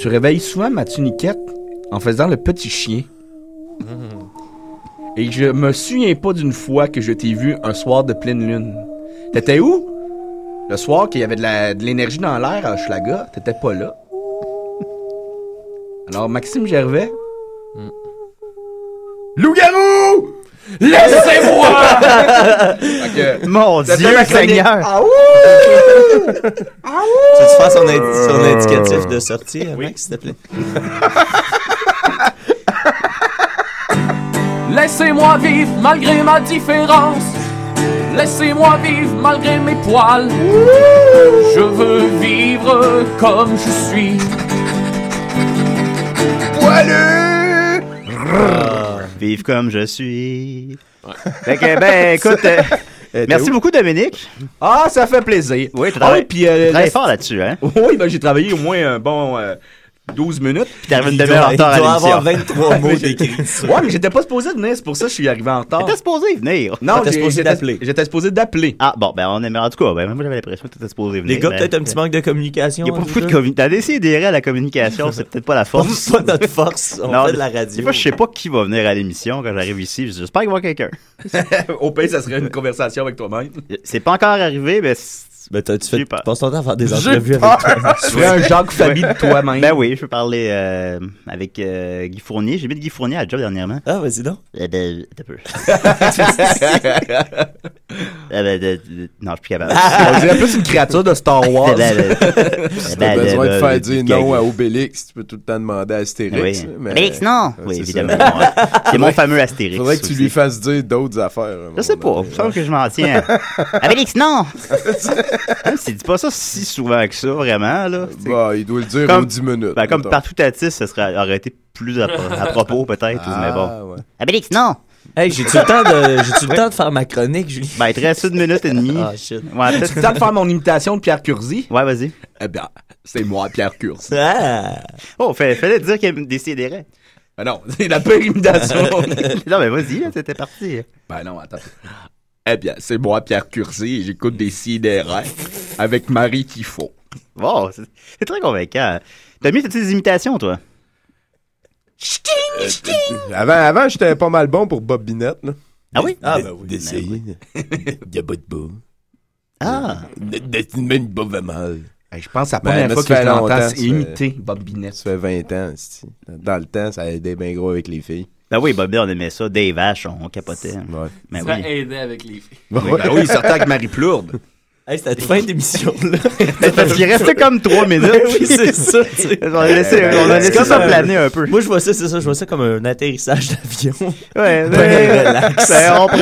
L: tu réveilles souvent ma tuniquette en faisant le petit chien. Et je me souviens pas d'une fois que je t'ai vu un soir de pleine lune. T'étais où? Le soir qu'il y avait de la- de l'énergie dans l'air à Hochelaga, t'étais pas là. Alors, Maxime Gervais. Loup-garou! Fait que-
K: Mon
L: C'était
K: Dieu,
L: ma chronique.
K: Seigneur.
L: Ah ouh!
K: Tu veux-tu faire son, indi- son indicatif de sortie, euh, Max, s'il te plaît?
G: Laissez-moi vivre malgré ma différence. Laissez-moi vivre malgré mes poils. Je veux vivre comme je suis.
L: Poilu!
F: Vive comme je suis. Fait que, ben, écoute, euh,
L: [LAUGHS] t'es
F: merci
L: où?
F: beaucoup, Dominique.
L: Ah, ça fait plaisir. Oui,
F: tu travailles-
L: puis, euh,
F: tu travailles
L: la-
F: fort là-dessus, hein?
L: Oui, ben, j'ai travaillé au moins un bon euh, 12 minutes. Puis
F: t'arrives une demi-heure en retard à l'émission.
J: [LAUGHS]
L: Mais j'ai- Ouais, mais j'étais pas supposé venir, c'est pour ça que je suis arrivé en retard.
F: T'étais supposé venir.
L: Non, T'étais j'ai- supposé j'étais- d'appeler. [LAUGHS]
F: J'étais supposé d'appeler. Ah, bon, ben, on aimerait. En tout cas, ben, moi, j'avais l'impression que t'étais supposé venir.
K: Les gars,
F: mais-
K: peut-être un petit manque de communication.
F: Il n'y a pas
K: en
F: beaucoup
K: tout
F: de
K: cas.
F: communication. T'as essayé d'errer à la communication, c'est peut-être pas la force.
K: C'est pas notre force. On fait de la radio.
F: des fois, je sais pas qui va venir à l'émission quand j'arrive ici. J'espère qu'il va y avoir quelqu'un.
L: Au pays, ça serait une conversation avec toi-même.
F: C'est pas encore arrivé, mais. Ben,
K: tu fais,
F: passes
K: ton temps à faire des entrevues avec toi.
L: Tu ferais un Jacques Fabi de toi-même.
F: Ben oui, je peux parler euh, avec euh, Guy Fournier. J'ai mis de Guy Fournier à la job dernièrement.
K: Ah, vas-y donc.
F: Eh ben, t'as peu. Eh ben, de- de- non, je suis plus capable.
L: On dirait plus une créature de Star Wars.
F: Eh ben,
J: [LAUGHS]
F: ben,
J: Si
F: eh ben,
J: t'as besoin
F: ben, ben,
J: de faire
F: ben,
J: dire
F: Guy-
J: non à Obélix, tu peux tout le temps demander à Astérix.
F: Oui.
J: mais-
F: Obélix, non!
J: Ouais,
F: Oui,
J: c'est
F: évidemment.
J: ça.
F: Bon, C'est mon fameux Astérix.
J: Faudrait que tu
F: aussi.
J: lui fasses dire d'autres affaires.
F: Je sais pas, je sens que je m'en
J: [LAUGHS]
F: tiens. Abélix, non! Même s'il dit pas ça si souvent que ça, vraiment, là.
J: Bah, il doit le dire
F: Comme-
J: aux 10 minutes.
F: Ben, comme
J: mettons.
F: partout à 10, ça serait, aurait été plus à, à propos, peut-être,
K: Ah,
F: mais bon.
K: ouais.
F: Abélix, non!
K: Hey, j'ai-tu le temps de, j'ai-tu le temps de faire ma chronique, Julie?
F: Ben, il te reste une minute et demie.
K: Ah, shit.
F: Ouais,
L: As-tu le temps de faire mon imitation de Pierre Curzi?
F: Ouais, vas-y.
L: Eh ben, c'est moi, Pierre Curzi.
F: Oh, fallait, fallait dire qu'il y a des sidérés.
L: Ben non, [LAUGHS] c'est la pire imitation.
F: non, mais vas-y, là, c'était parti.
L: Ben non, attends. Eh bien, c'est moi, Pierre Curzi, et j'écoute des sidérés avec Marie Tifo.
F: Wow, c'est c'est très convaincant. T'as mis toutes ces imitations, toi?
J: Avant, avant j'étais pas mal bon pour Bob Binette. Là.
F: Ah oui?
J: Ah, ben oui. D'essayer. De bout de bout.
F: Ah!
J: De même bob à mal.
L: Je pense que c'est
J: Ben,
L: la première fois que je l'entends imiter Bob Binette.
J: Ça fait 20 ans. c'est-tu. Dans le temps, ça aidait bien gros avec les filles.
F: Ben oui, Bobby, on aimait ça. Des vaches, on capotait. Ben
I: Ça
F: oui.
I: aidait avec les filles.
F: Oui, ben oui, il sortait avec Marie Plourde.
K: Hey, c'était la fin d'émission, là.
F: Parce qu'il restait comme trois minutes.
K: Ben [LAUGHS] oui, [LAUGHS] c'est ça. c'est-
F: on a laissé, on a
K: C'est
F: laissé
K: comme euh,
F: ça planer un peu.
K: Moi, je vois ça, c'est ça. Je vois ça comme un atterrissage d'avion.
F: Ouais,
K: ben, relax.
F: Ben, on prend,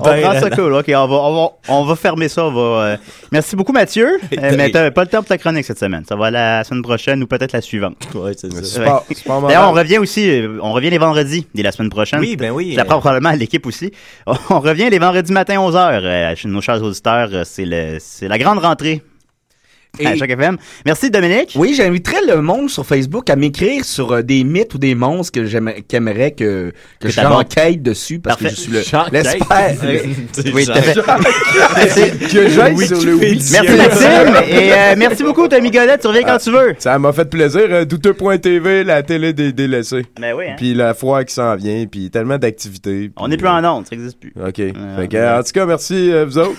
F: on
K: Ben
F: prend ça
K: relax.
F: cool. OK, on va, on va, on va fermer ça. On va, euh, merci beaucoup, Mathieu. Euh,
K: Ben.
F: mais t'as pas le temps pour ta chronique cette semaine. Ça va la semaine prochaine ou peut-être la suivante.
K: Ouais, c'est ça.
J: Sport- sport
F: D'ailleurs, on
J: moral.
F: revient aussi, euh, on revient les vendredis dès la semaine prochaine.
K: Oui, ben oui.
F: Je la prends probablement à l'équipe aussi. [LAUGHS] On revient les vendredis matin 11h. euh, chez nos chers auditeurs, euh, c'est le- c'est la grande rentrée. À chaque FM. Merci Dominique.
L: Oui, j'inviterais le monde sur Facebook à m'écrire sur euh, des mythes ou des monstres que j'aimerais- qu'aimerait que, que,
F: Que
L: j'enquête dessus parce
F: Parfait.
L: que je suis le [LAUGHS]
F: J'enquête.
L: l'expert.
F: Oui, tout à fait.
J: Que j'aille sur le Wikipédia.
F: Merci Maxime et euh, merci beaucoup Tommy Godette, tu reviens quand
J: Ah,
F: tu veux.
J: Ça m'a fait plaisir. euh, Douteux.tv, la télé des délaissés.
F: Ben oui, hein.
J: Puis la foi qui s'en vient, puis tellement d'activités.
F: On n'est plus en Ah, onde, ça n'existe plus.
J: OK. Fait que, euh, en tout cas, merci, euh, vous autres.